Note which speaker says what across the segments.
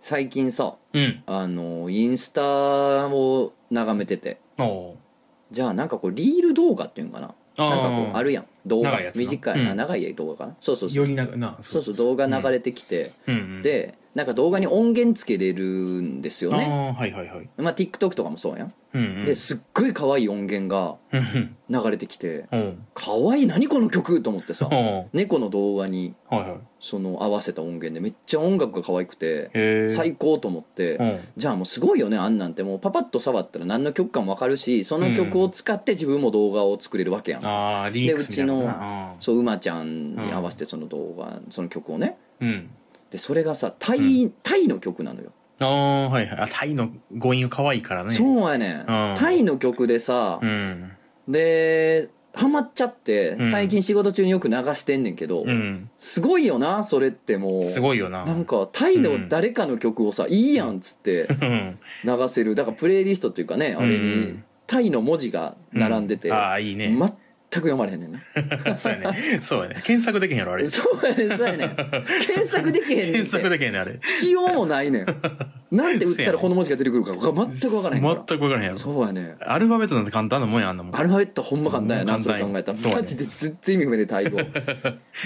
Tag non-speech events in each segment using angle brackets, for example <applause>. Speaker 1: 最近さ
Speaker 2: うん
Speaker 1: あのインスタを眺めてて
Speaker 2: おお
Speaker 1: じゃあなんかこうリール動画っていうのかな
Speaker 2: ー
Speaker 1: なんかこうあるやん動画
Speaker 2: 長いやつな
Speaker 1: 短い、
Speaker 2: うん
Speaker 1: あ長い動画かなそうそうそう
Speaker 2: より長いな
Speaker 1: そうそう動画流
Speaker 2: れ
Speaker 1: れてきて、
Speaker 2: で
Speaker 1: でなんか動画に音源つけれるんですよ
Speaker 2: ああ
Speaker 1: ね
Speaker 2: ーはいはいはい
Speaker 1: まあ TikTok とかもそうやん、
Speaker 2: うんうん
Speaker 1: ですっごい可愛い音源が
Speaker 2: うん
Speaker 1: 流れてきて
Speaker 2: うん
Speaker 1: 可愛い何この曲と思ってさ
Speaker 2: おお
Speaker 1: 猫の動画に
Speaker 2: はいはい
Speaker 1: その合わせた音源でめっちゃ音楽が可愛くて
Speaker 2: へえ
Speaker 1: 最高と思って、
Speaker 2: うん
Speaker 1: じゃあもうすごいよねあんなんてもうパパッと触ったら何の曲かも分かるしその曲を使って自分も動画を作れるわけやん、
Speaker 2: ああリミックスみたいなことな
Speaker 1: でうち
Speaker 2: あー
Speaker 1: そう馬ちゃんに合わせてその動画その曲をね
Speaker 2: うん
Speaker 1: でそれがさタイ,、タイの曲なのよ、
Speaker 2: ああはいはいあタイの語韻が可愛いからね
Speaker 1: そうやねん、タイの曲でさ
Speaker 2: う、ん
Speaker 1: でハマっちゃって
Speaker 2: うん
Speaker 1: 最近仕事中によく流してんねんけど、
Speaker 2: うん
Speaker 1: すごいよなそれってもう
Speaker 2: すごいよな
Speaker 1: なんかタイの誰かの曲をさ、いいやんっつって
Speaker 2: うん
Speaker 1: 流せるだからプレイリストっていうかねあれ
Speaker 2: う
Speaker 1: に
Speaker 2: ん
Speaker 1: タイの文字が並んでて、
Speaker 2: うああいいね
Speaker 1: 全く読まれへんねんね
Speaker 2: <laughs> そうやねそうやね検索できへんやろあれ
Speaker 1: そうやねんそうやねん検索できへんねん
Speaker 2: 検索
Speaker 1: て
Speaker 2: できへんねあれ
Speaker 1: しようもないねんなんで打っ
Speaker 2: せ
Speaker 1: た
Speaker 2: や
Speaker 1: ら
Speaker 2: ねん
Speaker 1: この文字が出てくる
Speaker 2: <laughs>
Speaker 1: かが全く分からへんから
Speaker 2: 全く分からへんやろ
Speaker 1: そうやねん
Speaker 2: アルファベットなんて簡単なもんやあんなもん
Speaker 1: アルファベットほんま簡単やな
Speaker 2: 簡
Speaker 1: そ
Speaker 2: 単
Speaker 1: れ
Speaker 2: や
Speaker 1: 考えた
Speaker 2: そう
Speaker 1: ら
Speaker 2: やね
Speaker 1: マジでずっと意味不明でタイ
Speaker 2: <laughs>
Speaker 1: 語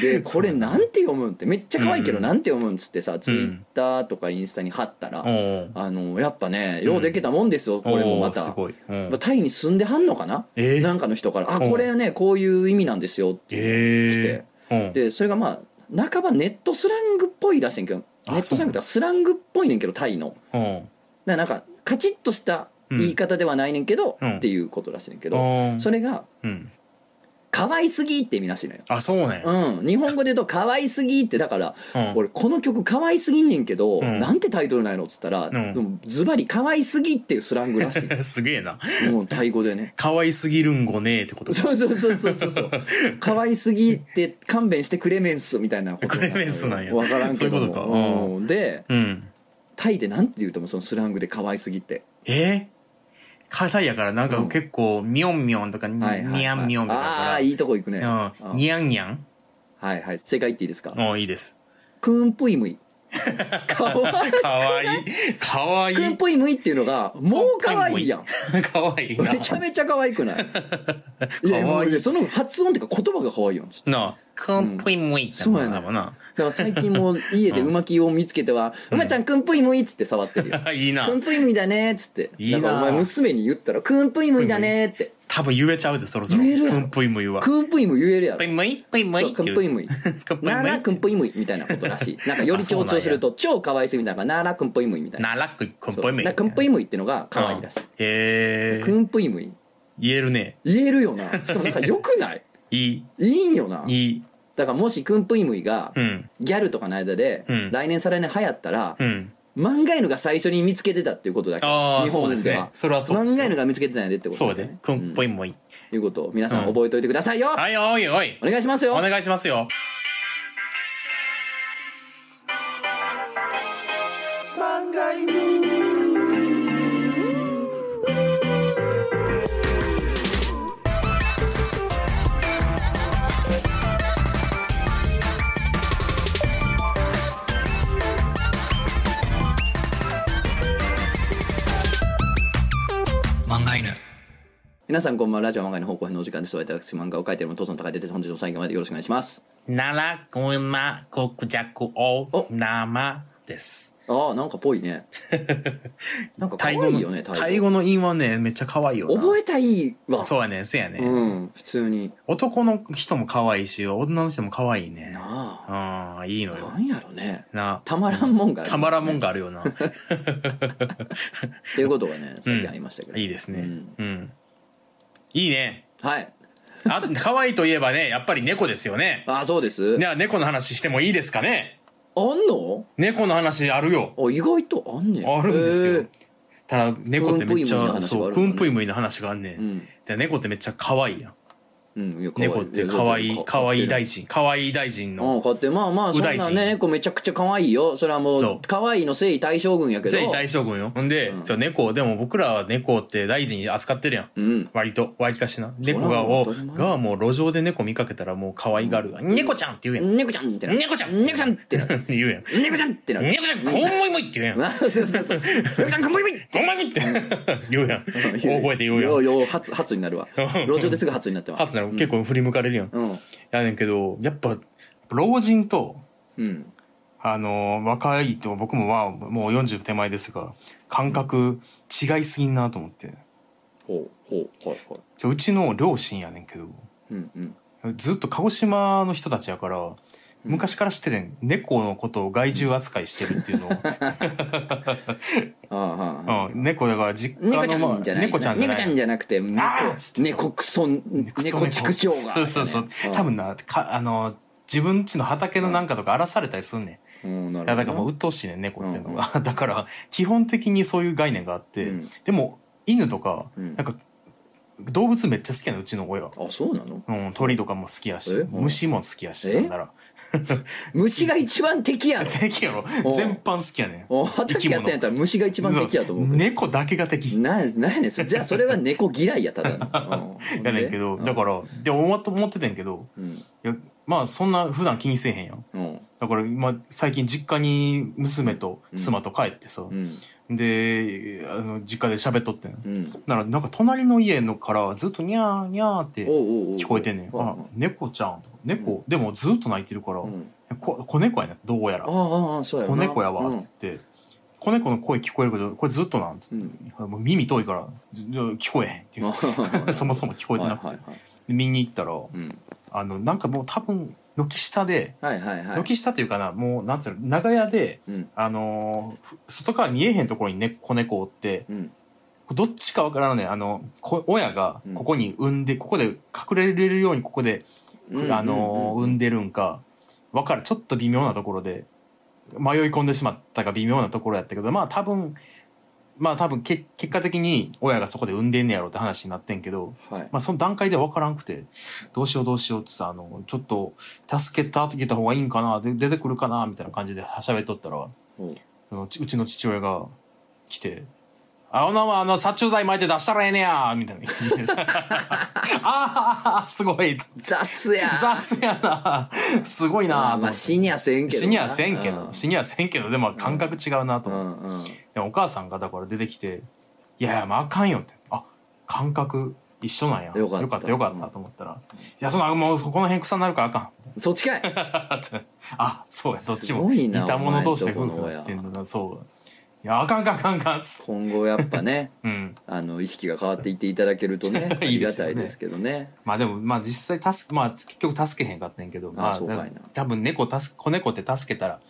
Speaker 1: でこれなんて読むんってめっちゃ可愛いけど
Speaker 2: うん
Speaker 1: なんて読むんっつってさツイッターとかインスタに貼ったら
Speaker 2: おお
Speaker 1: あのやっぱねようできたもんですよこれもま
Speaker 2: おーす
Speaker 1: た
Speaker 2: ごい。うん
Speaker 1: まあタイに住んではんのかな
Speaker 2: えー
Speaker 1: なんかの人から「あ
Speaker 2: うん
Speaker 1: これねこういう意味なんですよ」って
Speaker 2: えーうん
Speaker 1: でそれがまあ半ばネットスラングっぽいらしいんけど
Speaker 2: あ
Speaker 1: ネットスラングとかスラングっぽいねんけどタイの
Speaker 2: うん
Speaker 1: だからなんかカチッとした言い方ではないねんけど、
Speaker 2: うん
Speaker 1: っていうことらしいねんけど、
Speaker 2: うん
Speaker 1: それが
Speaker 2: うん
Speaker 1: 「可愛すぎ」って意味らしいのよ。
Speaker 2: あそうね
Speaker 1: うん、日本語で言うと「可愛すぎ」ってだから
Speaker 2: うん
Speaker 1: 俺この曲可愛すぎんねんけど、
Speaker 2: うん
Speaker 1: なんてタイトルなんやろっつったら、
Speaker 2: ん
Speaker 1: でもズバリ「可愛すぎ」っていうスラングらし
Speaker 2: <laughs> すげえない
Speaker 1: もうタイ語でね。
Speaker 2: 可愛すぎるんごねーってこと
Speaker 1: そうそうそうそうそうそう
Speaker 2: <laughs>
Speaker 1: 可愛すぎて勘弁してクレメンスみたいなこと
Speaker 2: クレメンスなんや
Speaker 1: 分からんけども
Speaker 2: そういうことかうん
Speaker 1: うんで
Speaker 2: うん
Speaker 1: タイでなんて言うともそのスラングで可愛すぎて
Speaker 2: え硬いやからなんか
Speaker 1: うん
Speaker 2: 結構ミョンミョンとかニ
Speaker 1: はいはいはい
Speaker 2: ャンミョンとか
Speaker 1: ああーいいとこ行くね
Speaker 2: やか
Speaker 1: あ
Speaker 2: らうんニャンニャン
Speaker 1: はいはい正解言っていいですか
Speaker 2: もうい
Speaker 1: <laughs>
Speaker 2: いです
Speaker 1: クーンプイムイかわいい
Speaker 2: かわいいかわい
Speaker 1: クーン
Speaker 2: い
Speaker 1: プイムイっていうのがもう可愛いやん
Speaker 2: <laughs> かわいいな
Speaker 1: めちゃめちゃ可愛
Speaker 2: <laughs>
Speaker 1: くないいやもうねその発音っていうか言葉が可愛いやんだか
Speaker 2: なあクンプイムイってことだもんな <laughs>
Speaker 1: ら最近もう家でうまきを見つけては「うまちゃんクーンプイムイ」っつって触ってるよ
Speaker 2: いいな
Speaker 1: クンプイムイだねっつって
Speaker 2: いい
Speaker 1: だ
Speaker 2: な
Speaker 1: からお前娘に言ったら「クンプイムイだね」って
Speaker 2: 多分言えちゃうでそろそろ
Speaker 1: 言えるやろ
Speaker 2: クンプイムイ
Speaker 1: 「
Speaker 2: は
Speaker 1: クンプイムイ」言えるやろ
Speaker 2: プイムイプイム
Speaker 1: そ
Speaker 2: イ
Speaker 1: う
Speaker 2: っ
Speaker 1: ク
Speaker 2: て言
Speaker 1: ン
Speaker 2: う
Speaker 1: プイムイ
Speaker 2: クンプイムイ
Speaker 1: ならくんぷいむいみたいなことらしいなんかより強調すると超可愛すぎたからならくんぷいむいみたいな
Speaker 2: ならくくん
Speaker 1: そう
Speaker 2: ぽいめ
Speaker 1: だからくんぷいむいってのが可愛いらしい
Speaker 2: へえ
Speaker 1: くんぷいむい
Speaker 2: 言えるね
Speaker 1: 言えるよなしかもなんかよくない
Speaker 2: い
Speaker 1: いいんよない
Speaker 2: いい
Speaker 1: だからもしくんぷいむいが
Speaker 2: うん
Speaker 1: ギャルとかの間で
Speaker 2: うん
Speaker 1: 来年再来年流行ったら
Speaker 2: うん
Speaker 1: 漫画犬が最初に見つけてたっていうことだけ
Speaker 2: ああ
Speaker 1: 日
Speaker 2: そう
Speaker 1: 本
Speaker 2: です
Speaker 1: で
Speaker 2: ね
Speaker 1: は
Speaker 2: それはそうで
Speaker 1: 漫
Speaker 2: す
Speaker 1: 画犬
Speaker 2: よ
Speaker 1: が見つけてたんやでってこと
Speaker 2: そう
Speaker 1: だよ
Speaker 2: で
Speaker 1: ね
Speaker 2: くんぽいもい
Speaker 1: うんいうことを皆さん
Speaker 2: うん
Speaker 1: 覚えておいてくださいよ
Speaker 2: はいおいおい
Speaker 1: お願いしますよ
Speaker 2: お願いしますよ
Speaker 3: 漫画犬
Speaker 1: 皆さんこんばんはラジオ漫画の方向編のお時間です私漫画を描いている父さん高いです本日も最後までよろしくお願いします
Speaker 2: ならくまこくじゃくお
Speaker 1: お
Speaker 2: なまです
Speaker 1: ああなんかぽいねなんか可愛いよね
Speaker 2: タイ語の韻はねめっちゃ可愛いよな
Speaker 1: 覚えたいわ
Speaker 2: そうやねせやね、
Speaker 1: うん普通に
Speaker 2: 男の人も可愛いし女の人も可愛いね
Speaker 1: な
Speaker 2: うんいい
Speaker 1: あ
Speaker 2: のよ
Speaker 1: なんやろね
Speaker 2: な
Speaker 1: たまらんもんがある
Speaker 2: たまらんもんがあるよな
Speaker 1: っていうことがねさっきありましたけど、
Speaker 2: いいですね
Speaker 1: うん
Speaker 2: うん、いいね
Speaker 1: はい
Speaker 2: あ、可愛いといえばね、やっぱり猫ですよね。
Speaker 1: ああそうです
Speaker 2: じゃあ猫の話してもいいですかね
Speaker 1: あんの
Speaker 2: 猫の話あるよ。
Speaker 1: あ意外とあんね
Speaker 2: あるんですよ。ただ、猫ってめっち
Speaker 1: クンプイムイの
Speaker 2: ゃ、
Speaker 1: 話
Speaker 2: そ
Speaker 1: があ
Speaker 2: う、
Speaker 1: る
Speaker 2: ク
Speaker 1: もんね
Speaker 2: ンプイムイの話があんね
Speaker 1: うん
Speaker 2: ん。で、猫ってめっちゃ可愛いやん。
Speaker 1: うん、いや可愛い
Speaker 2: 猫ってかわいいかわいい大臣かわいい大臣
Speaker 1: う
Speaker 2: の
Speaker 1: ん、買って、まあまあ、そん
Speaker 2: 右
Speaker 1: な
Speaker 2: 大臣
Speaker 1: ね、猫めちゃくちゃ可愛いよ。それはも
Speaker 2: そうう、
Speaker 1: 可愛いの征夷大将軍やけど。
Speaker 2: 征夷大将軍よほんで、
Speaker 1: うん
Speaker 2: そう猫でも僕らは猫って大臣に扱ってるやん
Speaker 1: うん。
Speaker 2: 割と割りかしな猫
Speaker 1: そら
Speaker 2: が
Speaker 1: もう
Speaker 2: を
Speaker 1: 当たり前
Speaker 2: がもう路上で猫見かけたらもう可愛がる、猫ちゃんって言う
Speaker 1: 猫ちゃんってなる。
Speaker 2: 猫ちゃん
Speaker 1: 猫ちゃんってなる。
Speaker 2: やん <laughs> 言うやん
Speaker 1: 猫ちゃんってなる。
Speaker 2: 猫ちゃんこんもいもいって言うやん
Speaker 1: あそうそうそう <laughs> 猫ちゃん、かんもいもい
Speaker 2: こんもいもいって
Speaker 1: <laughs>
Speaker 2: 言うやん大声で言うや
Speaker 1: よ
Speaker 2: ん
Speaker 1: うよう、初、初になるわ。路上ですぐ初になってます。
Speaker 2: 初なの結構振り向かれるやん、
Speaker 1: うん。
Speaker 2: やねんけどやっぱ老人と
Speaker 1: うん。
Speaker 2: あの若いと僕もはもう40手前ですが感覚違いすぎんなと思って
Speaker 1: ほう、ほう、はい、はい。
Speaker 2: ちょうちの両親やねんけど
Speaker 1: うん、うん。
Speaker 2: ずっと鹿児島の人たちやから昔から知っててん猫のことを害獣扱いしてるっていうのを、
Speaker 1: <laughs> ああ、はあ。
Speaker 2: うん、猫だから実
Speaker 1: 猫
Speaker 2: 家
Speaker 1: ちゃ
Speaker 2: の、まあ
Speaker 1: んじゃない。
Speaker 2: 猫ちゃんじゃない
Speaker 1: 猫ちゃんじゃなくて、猫
Speaker 2: あーっつっ、て
Speaker 1: 猫クソ、
Speaker 2: クソ
Speaker 1: 猫畜生が。
Speaker 2: そうそうそう、多分なかあの自分家の畑のなんかとか荒らされたりすんねん、
Speaker 1: うん、ないる
Speaker 2: や
Speaker 1: ほどな。
Speaker 2: だからもう鬱陶しいね猫っていうのが、 <laughs> だから基本的にそういう概念があって、
Speaker 1: うん
Speaker 2: でも犬とか、
Speaker 1: うん
Speaker 2: なんか動物めっちゃ好きやのうちの親は、
Speaker 1: あ、そうなの
Speaker 2: うん、鳥とかも好きやし、
Speaker 1: えうん
Speaker 2: 虫も好きやし
Speaker 1: え
Speaker 2: なんなら
Speaker 1: 虫が一番敵
Speaker 2: <laughs>
Speaker 1: やろ。
Speaker 2: 敵やろ
Speaker 1: うん
Speaker 2: 全般好きやねん
Speaker 1: お畑やったんやったら虫が一番敵やと思う
Speaker 2: そう
Speaker 1: け
Speaker 2: 猫だけが敵
Speaker 1: ど。なんなんやねんそれじゃあそれは猫嫌いやただ
Speaker 2: <laughs>
Speaker 1: の。うん
Speaker 2: やねんけど、だからで思っ思っててんけど
Speaker 1: うん
Speaker 2: いやまあそんな普段気にせえへんやん
Speaker 1: うん
Speaker 2: だから、まあ、最近実家に娘と妻と帰ってさ、
Speaker 1: うん
Speaker 2: であの実家で喋っとってん、
Speaker 1: うん。
Speaker 2: ならなんか隣の家のからずっとニャーニャーって
Speaker 1: おうおうおう
Speaker 2: 聞こえてんねん
Speaker 1: うん
Speaker 2: あ猫ちゃん猫、でもずっと泣いてるから、
Speaker 1: うん
Speaker 2: こ子猫やねんどうやら
Speaker 1: ああああそうや
Speaker 2: 子
Speaker 1: ろな。
Speaker 2: 猫やわって <laughs> 言って、子猫の声聞こえるけどこれずっとなんつ
Speaker 1: う
Speaker 2: っ
Speaker 1: ん。うん
Speaker 2: て、もう耳遠いからず聞こえへんっていう <laughs> そもそも聞こえてなくて、
Speaker 1: はいはいはい
Speaker 2: で見に行ったら
Speaker 1: うん
Speaker 2: あのなんかもう多分軒下で
Speaker 1: はいはいはい。
Speaker 2: 軒下というかなもうなんつうの長屋で、
Speaker 1: うん
Speaker 2: あのーふ外から見えへんところに、ね、子猫おって
Speaker 1: うん
Speaker 2: どっちかわからんねあのこ親が
Speaker 1: うん
Speaker 2: ここに産んで、ここで隠れれるようにここで、
Speaker 1: うん
Speaker 2: あのー
Speaker 1: うん
Speaker 2: 産んでるんかわかるちょっと微妙なところで迷い込んでしまったか微妙なところやったけどまあ多分まあ多分け結果的に親がそこで産んでんねやろって話になってんけど、
Speaker 1: はい。
Speaker 2: まあ、その段階では分からんくて、どうしようどうしようってさ、あの、ちょっと、助けてあげた方がいいんかな、で出てくるかな、みたいな感じで喋っとったら、
Speaker 1: おう
Speaker 2: そのちうちの父親が来て、あ、おなはあの、殺虫剤巻いて出したらええねやみたい
Speaker 1: <laughs>
Speaker 2: な。ああ、すごい。
Speaker 1: 雑や。
Speaker 2: 雑やな。すごい
Speaker 1: ま
Speaker 2: な
Speaker 1: あま
Speaker 2: と思
Speaker 1: あ
Speaker 2: って。
Speaker 1: 死にはせんけどな。
Speaker 2: 死にはせんけ
Speaker 1: う
Speaker 2: ど、死にはせんけど、でも感覚違うなと
Speaker 1: う
Speaker 2: 思って。
Speaker 1: んうん。
Speaker 2: でもお母さんがだから出てきて「いやいやまああかんよ」って「あ感覚一緒なんや
Speaker 1: よかった
Speaker 2: よかったよかったと思ったら「いやそんなもうそこの辺草になるからあかん」
Speaker 1: そっちかい。
Speaker 2: ってあそうやどっち
Speaker 1: す
Speaker 2: も
Speaker 1: ごい
Speaker 2: 似
Speaker 1: な
Speaker 2: た者同士で
Speaker 1: お前
Speaker 2: 夫
Speaker 1: んとこの
Speaker 2: 婦
Speaker 1: 親
Speaker 2: やってんのなそういやあかんあかんあかんあかんっつって
Speaker 1: 今後やっぱね。
Speaker 2: うん
Speaker 1: あの意識が変わっていっていただけるとねあ
Speaker 2: い
Speaker 1: り
Speaker 2: <laughs> いで
Speaker 1: が
Speaker 2: すよ
Speaker 1: た
Speaker 2: ね
Speaker 1: いですけどね
Speaker 2: まあでもまあ実際助けまあ結局助けへんかったんやけどま
Speaker 1: そうかいな
Speaker 2: 多分猫助け子猫って助けたら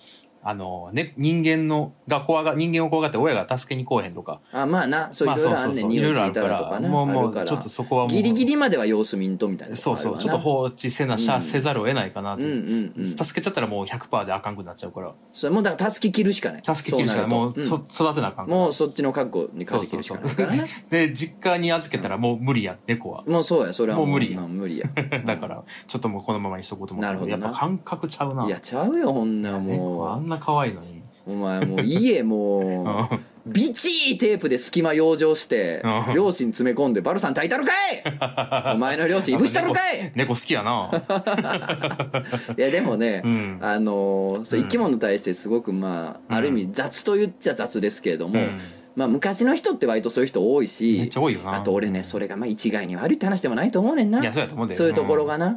Speaker 2: あのね人間のが怖が人間を怖がって親が助けに来おへんとか
Speaker 1: あまあなそうい
Speaker 2: まあ
Speaker 1: ろい
Speaker 2: そ
Speaker 1: ろ
Speaker 2: う
Speaker 1: あ
Speaker 2: そ
Speaker 1: ん
Speaker 2: う
Speaker 1: ね
Speaker 2: そ
Speaker 1: ん
Speaker 2: う
Speaker 1: に
Speaker 2: いろ
Speaker 1: い
Speaker 2: いろ
Speaker 1: た
Speaker 2: あ
Speaker 1: い
Speaker 2: る
Speaker 1: た
Speaker 2: から
Speaker 1: と
Speaker 2: ら
Speaker 1: かな
Speaker 2: もうも
Speaker 1: あるから
Speaker 2: うちょっとそこはもう
Speaker 1: ギリギリまでは様子見んとみたいなとこ
Speaker 2: そうそ
Speaker 1: あ
Speaker 2: う、
Speaker 1: る
Speaker 2: ちょっ
Speaker 1: わ
Speaker 2: と
Speaker 1: な
Speaker 2: 放置せな、し
Speaker 1: う
Speaker 2: ゃ
Speaker 1: ん
Speaker 2: せざるを得ないかなと、
Speaker 1: うんうんうん
Speaker 2: 助けちゃったらもう100%であかんくなっちゃうから、
Speaker 1: それもうだから助け切るしかない
Speaker 2: 助け切るしかない。もう、
Speaker 1: そうなる
Speaker 2: そ
Speaker 1: と
Speaker 2: 育てなあかん
Speaker 1: うん
Speaker 2: から。
Speaker 1: もうそっちの覚悟に
Speaker 2: そ
Speaker 1: 舵
Speaker 2: う
Speaker 1: 切
Speaker 2: そ
Speaker 1: る
Speaker 2: う
Speaker 1: し
Speaker 2: そ
Speaker 1: か
Speaker 2: う
Speaker 1: ないからな。
Speaker 2: で、実家に預けたらもう無理や、猫は。
Speaker 1: もうそうやそれは
Speaker 2: もう無理や
Speaker 1: ん無理や
Speaker 2: <laughs> だから、ちょっともうこのままにしとこうと思
Speaker 1: なるほ
Speaker 2: う
Speaker 1: ど
Speaker 2: やっ
Speaker 1: な
Speaker 2: ぱ感覚ちゃうな。
Speaker 1: いやちゃうよほんな
Speaker 2: 猫はあ
Speaker 1: も
Speaker 2: んな可愛いのに。
Speaker 1: うお前もう家
Speaker 2: う
Speaker 1: も
Speaker 2: ん
Speaker 1: うビチーテープで隙間養生して
Speaker 2: うん
Speaker 1: 両親詰め込んでバルさん炊いたるか
Speaker 2: <laughs>
Speaker 1: いお前の両親いぶしたるかい
Speaker 2: 猫好きやな。
Speaker 1: いやでもね、
Speaker 2: うん
Speaker 1: <laughs> あのーそう
Speaker 2: うん
Speaker 1: 生き物に対してすごくまあ、
Speaker 2: ん
Speaker 1: ある意味雑と言っちゃ雑ですけれども、
Speaker 2: うん
Speaker 1: まあ昔の人って割とそういう人多いし
Speaker 2: めっちゃ多いよな。
Speaker 1: あと俺ねそれがまあ一概に悪いって話でもないと思うねんない
Speaker 2: や、そうやと思うで。
Speaker 1: そういうところがな、
Speaker 2: うん。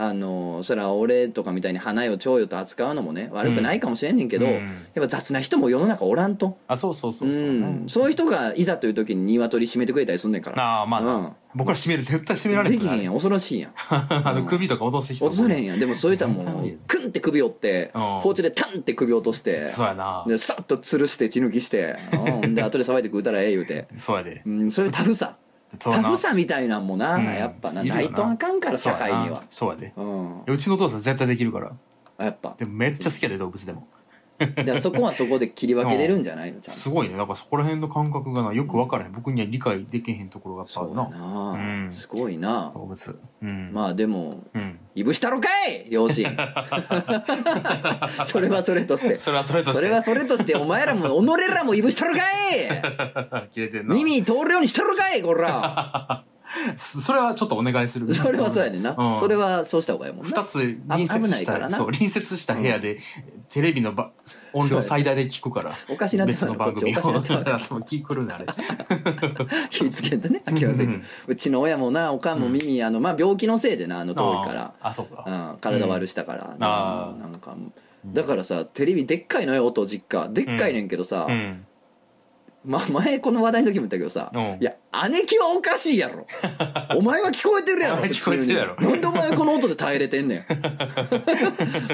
Speaker 1: あのーそれは俺とかみたいに花よ蝶よと扱うのもね悪くないかもしれんねんけど、
Speaker 2: うん
Speaker 1: やっぱ雑な人も世の中おらんと
Speaker 2: あ、そうそうそううそう。
Speaker 1: んそういう人がいざという時に鶏締めてくれたりすんねんから
Speaker 2: ああ、まあな、
Speaker 1: うん
Speaker 2: 僕ら締める、絶対締められ
Speaker 1: で
Speaker 2: る
Speaker 1: きへんやん恐ろしいやん
Speaker 2: あの首とか落とす人
Speaker 1: 落とされへ
Speaker 2: ん
Speaker 1: んやんでもそういったら
Speaker 2: 全然
Speaker 1: もう
Speaker 2: 無理や
Speaker 1: クンって首折って
Speaker 2: うん
Speaker 1: 包丁でタンって首落として
Speaker 2: そうやな
Speaker 1: でさっと吊るして血抜き
Speaker 2: <laughs>
Speaker 1: してうんで後でさばいて食うたらええ言うて
Speaker 2: そうやで
Speaker 1: うんそういうタフさ
Speaker 2: そうや
Speaker 1: タ
Speaker 2: な
Speaker 1: フさみたいなんもな
Speaker 2: うん
Speaker 1: やっぱない
Speaker 2: るよ
Speaker 1: ないとあかんから社会には
Speaker 2: そうやなそうやで
Speaker 1: うん
Speaker 2: うちのお父さん絶対できるから
Speaker 1: やっぱ
Speaker 2: でもめっちゃ好きやで動物でも
Speaker 1: だからそこはそこで切り分けれるんじゃないのちゃんと
Speaker 2: すごいねなんかそこら辺の感覚がなよく分からへん僕には理解できへんところがやっぱ
Speaker 1: そ
Speaker 2: あ
Speaker 1: う
Speaker 2: る
Speaker 1: だな
Speaker 2: なうん
Speaker 1: すごいな
Speaker 2: 動物うん
Speaker 1: まあでも
Speaker 2: うん
Speaker 1: いぶしたろかい両
Speaker 2: <laughs>
Speaker 1: 親それはそれとして
Speaker 2: それはそれとして
Speaker 1: それはそれとしてお前らも己らもいぶしたろかい
Speaker 2: 切れてんな
Speaker 1: 耳通るようにしたろかいこら
Speaker 2: そそれはちょっとお願いする
Speaker 1: それはそうやねんな、
Speaker 2: うん
Speaker 1: それはそうした方がいいもんな
Speaker 2: 二つ隣接し
Speaker 1: あ危ないから
Speaker 2: た
Speaker 1: な
Speaker 2: そう隣接した部屋で、テレビのば音量最大で聞くから
Speaker 1: おかしなって
Speaker 2: 別
Speaker 1: まう
Speaker 2: の
Speaker 1: よこ
Speaker 2: 番
Speaker 1: っち
Speaker 2: 組
Speaker 1: お
Speaker 2: を
Speaker 1: かしなってまうよ
Speaker 2: <laughs> 聞くるねあれ
Speaker 1: 気ぃつけんとね秋山さ
Speaker 2: うんん
Speaker 1: うちの親もなおかんも耳、あのまあ病気のせいでなあの遠いから
Speaker 2: あーあそうか、
Speaker 1: うん、体悪したから、
Speaker 2: あー
Speaker 1: なんかだからさテレビでっかいのよ音実家でっかいねんけどさ、
Speaker 2: うん <laughs>
Speaker 1: ま、前この話題の時も言ったけどさ、
Speaker 2: うん
Speaker 1: いや姉貴はおかしい
Speaker 2: <laughs>
Speaker 1: やろお前は聞こえてるやろ
Speaker 2: お前聞こえてるやろ
Speaker 1: 普通になんでお前はこの音で耐えれて
Speaker 2: <laughs>
Speaker 1: んね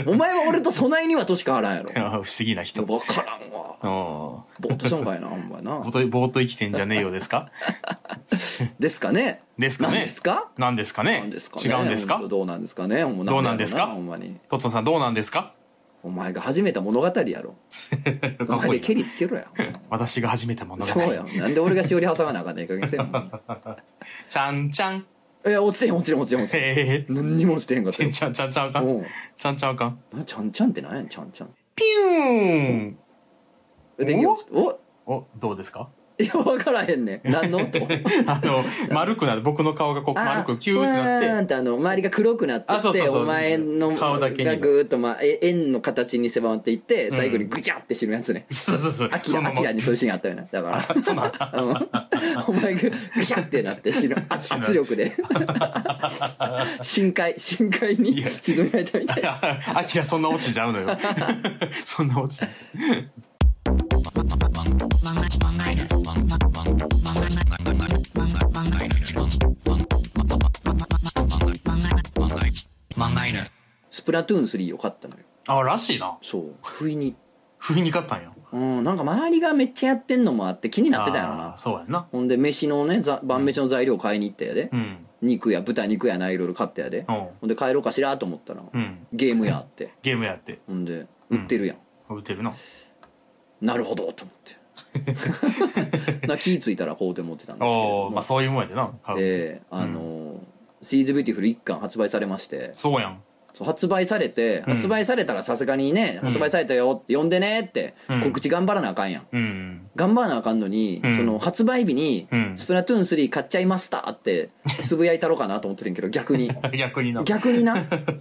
Speaker 1: んお前は俺と備えには年変わらんやろ
Speaker 2: あー不思議な人
Speaker 1: 分からんわ
Speaker 2: あー
Speaker 1: ぼーっとしたんかいなほんまな
Speaker 2: <laughs> ぼーっとぼーっと生きてんじゃねえようで
Speaker 1: <laughs>
Speaker 2: すか
Speaker 1: ですかね
Speaker 2: ですか
Speaker 1: なん
Speaker 2: ね
Speaker 1: ですか
Speaker 2: なんですかね
Speaker 1: なんですか
Speaker 2: 違
Speaker 1: ね
Speaker 2: うんですか
Speaker 1: 本当どうなんですかねほんま
Speaker 2: どうなんですか
Speaker 1: ほんまに
Speaker 2: トッツォさんどうなんで
Speaker 1: <laughs>
Speaker 2: すか
Speaker 1: お前が始めた物語やろお
Speaker 2: かっ
Speaker 1: 前
Speaker 2: こ
Speaker 1: で
Speaker 2: い <laughs> いな
Speaker 1: ケリつけろや
Speaker 2: 私が始めたものが
Speaker 1: そうやんなんで俺がしおり挟まなあかんねんいい加減せえほん
Speaker 2: <laughs>
Speaker 1: ま
Speaker 2: ちゃんちゃん
Speaker 1: にいや落ちてへん落ちてへん落ちてへん落ちてへん
Speaker 2: へえ
Speaker 1: 何にもしてへんかった
Speaker 2: <laughs> ちゃ
Speaker 1: よ
Speaker 2: んちゃんちゃんちゃんあかん
Speaker 1: おう
Speaker 2: ちゃんちゃんあかん
Speaker 1: なちゃんちゃんってなんやねんちゃんちゃん
Speaker 2: ピューン
Speaker 1: え電気落ちお
Speaker 2: おどうですか <laughs>
Speaker 1: いや分からへんねん何の音
Speaker 2: あの
Speaker 1: <laughs>
Speaker 2: 丸くなる僕の顔がこう <laughs> 丸くキューって
Speaker 1: あ
Speaker 2: な
Speaker 1: ー
Speaker 2: って
Speaker 1: んってあの周りが黒くなって
Speaker 2: あそう
Speaker 1: っ
Speaker 2: そう
Speaker 1: て
Speaker 2: そう
Speaker 1: お前の
Speaker 2: 顔だけに
Speaker 1: がぐーっとまあえ円の形に狭まっていって最後にぐちゃって死ぬやつね
Speaker 2: そうそうそう
Speaker 1: アキ
Speaker 2: そ
Speaker 1: ラ
Speaker 2: の
Speaker 1: アキラに
Speaker 2: <laughs>
Speaker 1: そういうシーンあったよねだから
Speaker 2: その
Speaker 1: うんお前がぐしゃってなって死
Speaker 2: <laughs>
Speaker 1: ぬあ圧力で深海深海に沈められたみたいな
Speaker 2: アキラそんな落ちちゃう
Speaker 1: <laughs>
Speaker 2: のよそんな落ち
Speaker 1: スプラトゥーン3を買ったのよ
Speaker 2: あらしいな
Speaker 1: そう不意に
Speaker 2: 不意に勝ったんや
Speaker 1: うんなんか周りがめっちゃやってんのもあって気になってたんやろ
Speaker 2: あー
Speaker 1: な
Speaker 2: そうやんな
Speaker 1: ほんで飯のねざ晩飯の材料買いに行ったやで、
Speaker 2: うん
Speaker 1: 肉や豚肉やないろいろ買ったやで、
Speaker 2: うん
Speaker 1: ほんで帰ろうかしらと思ったら、
Speaker 2: うん
Speaker 1: ゲームやあって
Speaker 2: ゲームやって
Speaker 1: ほんで売ってるやん、
Speaker 2: 打てるな
Speaker 1: なるほどと思って <laughs> な気ぃ付いたらこうて思ってたんですけれど
Speaker 2: お
Speaker 1: も
Speaker 2: ーまあそういうもんやでな買う
Speaker 1: で、あのシリーズビューティフル1巻発売されまして
Speaker 2: そうやん
Speaker 1: そう発売されて
Speaker 2: うん
Speaker 1: 発売されたらさすがにね、
Speaker 2: ん
Speaker 1: 発売されたよって呼んでねって
Speaker 2: うん
Speaker 1: 告知頑張らなあかんやん
Speaker 2: うん <laughs>
Speaker 1: 頑張らなあかんのに、
Speaker 2: うん
Speaker 1: その発売日に
Speaker 2: う
Speaker 1: 「
Speaker 2: ん
Speaker 1: スプラトゥーン3買っちゃいました」
Speaker 2: <laughs>
Speaker 1: ってつぶやいたろかなと思ってるんけど逆に
Speaker 2: 逆にな
Speaker 1: 逆にな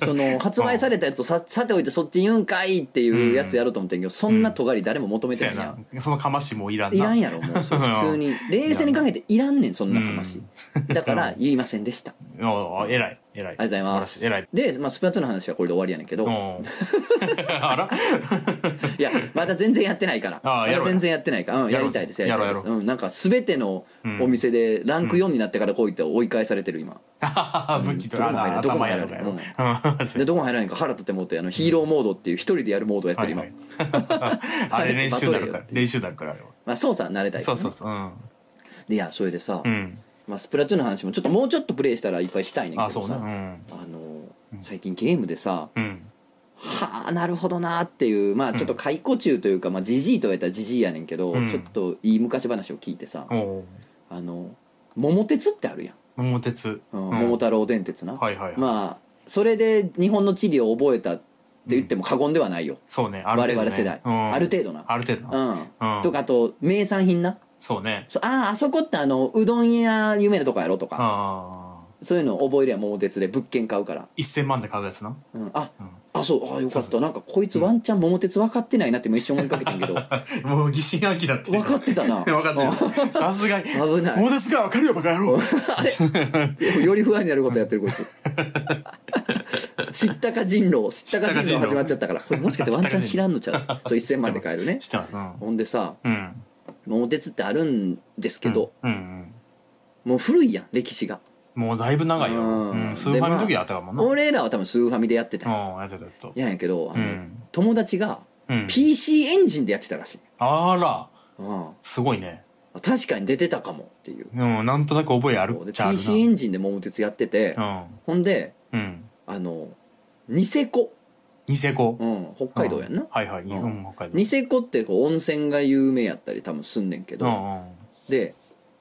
Speaker 1: そ
Speaker 2: <laughs>
Speaker 1: の発売されたやつをささておいてそっち言うんかいっていうやつやろうと思ってんけどそんな尖り誰も求め
Speaker 2: そ
Speaker 1: て
Speaker 2: う
Speaker 1: な
Speaker 2: や
Speaker 1: いやん
Speaker 2: なそのかましも <laughs> いらん
Speaker 1: いら
Speaker 2: なん
Speaker 1: やろもうそれ普通に冷静に考えていらんねんそんな話だから言いませんでした
Speaker 2: おー偉い偉い
Speaker 1: ありがとうございます
Speaker 2: 素晴らしい
Speaker 1: で、まあ、スプラトゥーンの話はこれで終わりやねんけど、
Speaker 2: 偉いお
Speaker 1: <laughs>
Speaker 2: ーあら <laughs>
Speaker 1: いやまだ全然やってないから
Speaker 2: あ
Speaker 1: ま
Speaker 2: あやろう
Speaker 1: だ全然やってないから、うん、
Speaker 2: や
Speaker 1: や
Speaker 2: ろう
Speaker 1: りたいです
Speaker 2: や
Speaker 1: やり
Speaker 2: ろう
Speaker 1: たいです
Speaker 2: や
Speaker 1: うん、なんか全てのお店でランク4になってからこういって追い返されてる今
Speaker 2: 武器と
Speaker 1: どこも入らんどこも
Speaker 2: 頭
Speaker 1: 入
Speaker 2: や
Speaker 1: らん
Speaker 2: ろうからうん
Speaker 1: でどこも入らないから腹立ってもうてあのヒーローモードっていう一人でやるモードやって
Speaker 2: は
Speaker 1: る
Speaker 2: い
Speaker 1: 今、
Speaker 2: はい
Speaker 1: <laughs>
Speaker 2: あれ練習になるか
Speaker 1: バトルや
Speaker 2: ら
Speaker 1: って
Speaker 2: 練習になるからあれは
Speaker 1: まあ、操作慣れたり
Speaker 2: そうそうそううん
Speaker 1: でいやそれでさ、
Speaker 2: うん
Speaker 1: まあ、スプラトゥーンの話もちょっともうちょっとプレイしたらいっぱいしたいねん
Speaker 2: あ
Speaker 1: けど
Speaker 2: そうね
Speaker 1: さ
Speaker 2: うん
Speaker 1: あの最近ゲームでさ
Speaker 2: うん
Speaker 1: はあなるほどなっていうまあちょっと解雇中というかまあじじいと言ったらじじいやねんけど、
Speaker 2: うん
Speaker 1: ちょっといい昔話を聞いてさ、
Speaker 2: おお
Speaker 1: あの桃鉄ってあるやん、
Speaker 2: 桃鉄
Speaker 1: うん
Speaker 2: うん
Speaker 1: 桃太郎電鉄な、
Speaker 2: はいはいはい
Speaker 1: まあそれで日本の地理を覚えたって言っても過言ではないよ、
Speaker 2: そうねある
Speaker 1: 我
Speaker 2: 程度
Speaker 1: 々
Speaker 2: ね
Speaker 1: 世代、
Speaker 2: うん
Speaker 1: ある程度な
Speaker 2: ある程度
Speaker 1: う、
Speaker 2: なんうん
Speaker 1: とかあと名産品な
Speaker 2: そうね
Speaker 1: そうあああそこってあのうどん屋有名なとこやろとか、
Speaker 2: ああ
Speaker 1: そういうのを覚えりゃ桃鉄で物件買うから、
Speaker 2: 1000万で買うやつな
Speaker 1: うん、あ、
Speaker 2: うん
Speaker 1: あそうああよか
Speaker 2: そう
Speaker 1: っ
Speaker 2: そ
Speaker 1: たなんかこいつワンチャン桃鉄分かってないなって今一瞬思いかけてんけど
Speaker 2: もう疑心暗鬼だって
Speaker 1: 分かってたな
Speaker 2: <laughs> 分かってるさすがに
Speaker 1: うん危ない
Speaker 2: 桃鉄が分かるよバカ野郎
Speaker 1: <laughs> より不安になることやってるこい
Speaker 2: <laughs>
Speaker 1: つ知ったか人狼知ったか人狼始まっちゃったからこれもしか
Speaker 2: <laughs>
Speaker 1: してワンチャン知らんのちゃうそう1000万で買えるね
Speaker 2: 知ってます知ってます
Speaker 1: ほんでさ
Speaker 2: うんうん
Speaker 1: 桃鉄ってあるんですけど、
Speaker 2: うんうん
Speaker 1: もう古いやん歴史が、
Speaker 2: もうだいぶ長いよ
Speaker 1: うん
Speaker 2: うんスーファミの時やったかもな
Speaker 1: 俺らは多分スーファミでやってたん
Speaker 2: うんやってたやってた
Speaker 1: やんやけど、あの
Speaker 2: うん
Speaker 1: 友達が
Speaker 2: うん
Speaker 1: PC エンジンでやってたらしい、
Speaker 2: あら
Speaker 1: うん
Speaker 2: すごいね
Speaker 1: 確かに出てたかもっていう
Speaker 2: うんなんとなく覚えある
Speaker 1: そうで
Speaker 2: っちゃある
Speaker 1: PC エンジンで桃鉄やってて、
Speaker 2: な
Speaker 1: ほんで
Speaker 2: うんうん
Speaker 1: あのニセコ、
Speaker 2: ニセコ
Speaker 1: うん、北海道やんな、
Speaker 2: うはいはい
Speaker 1: うん
Speaker 2: うん北海道
Speaker 1: ニセコってこう温泉が有名やったり多分すんねんけ
Speaker 2: う
Speaker 1: ど、
Speaker 2: んうん
Speaker 1: で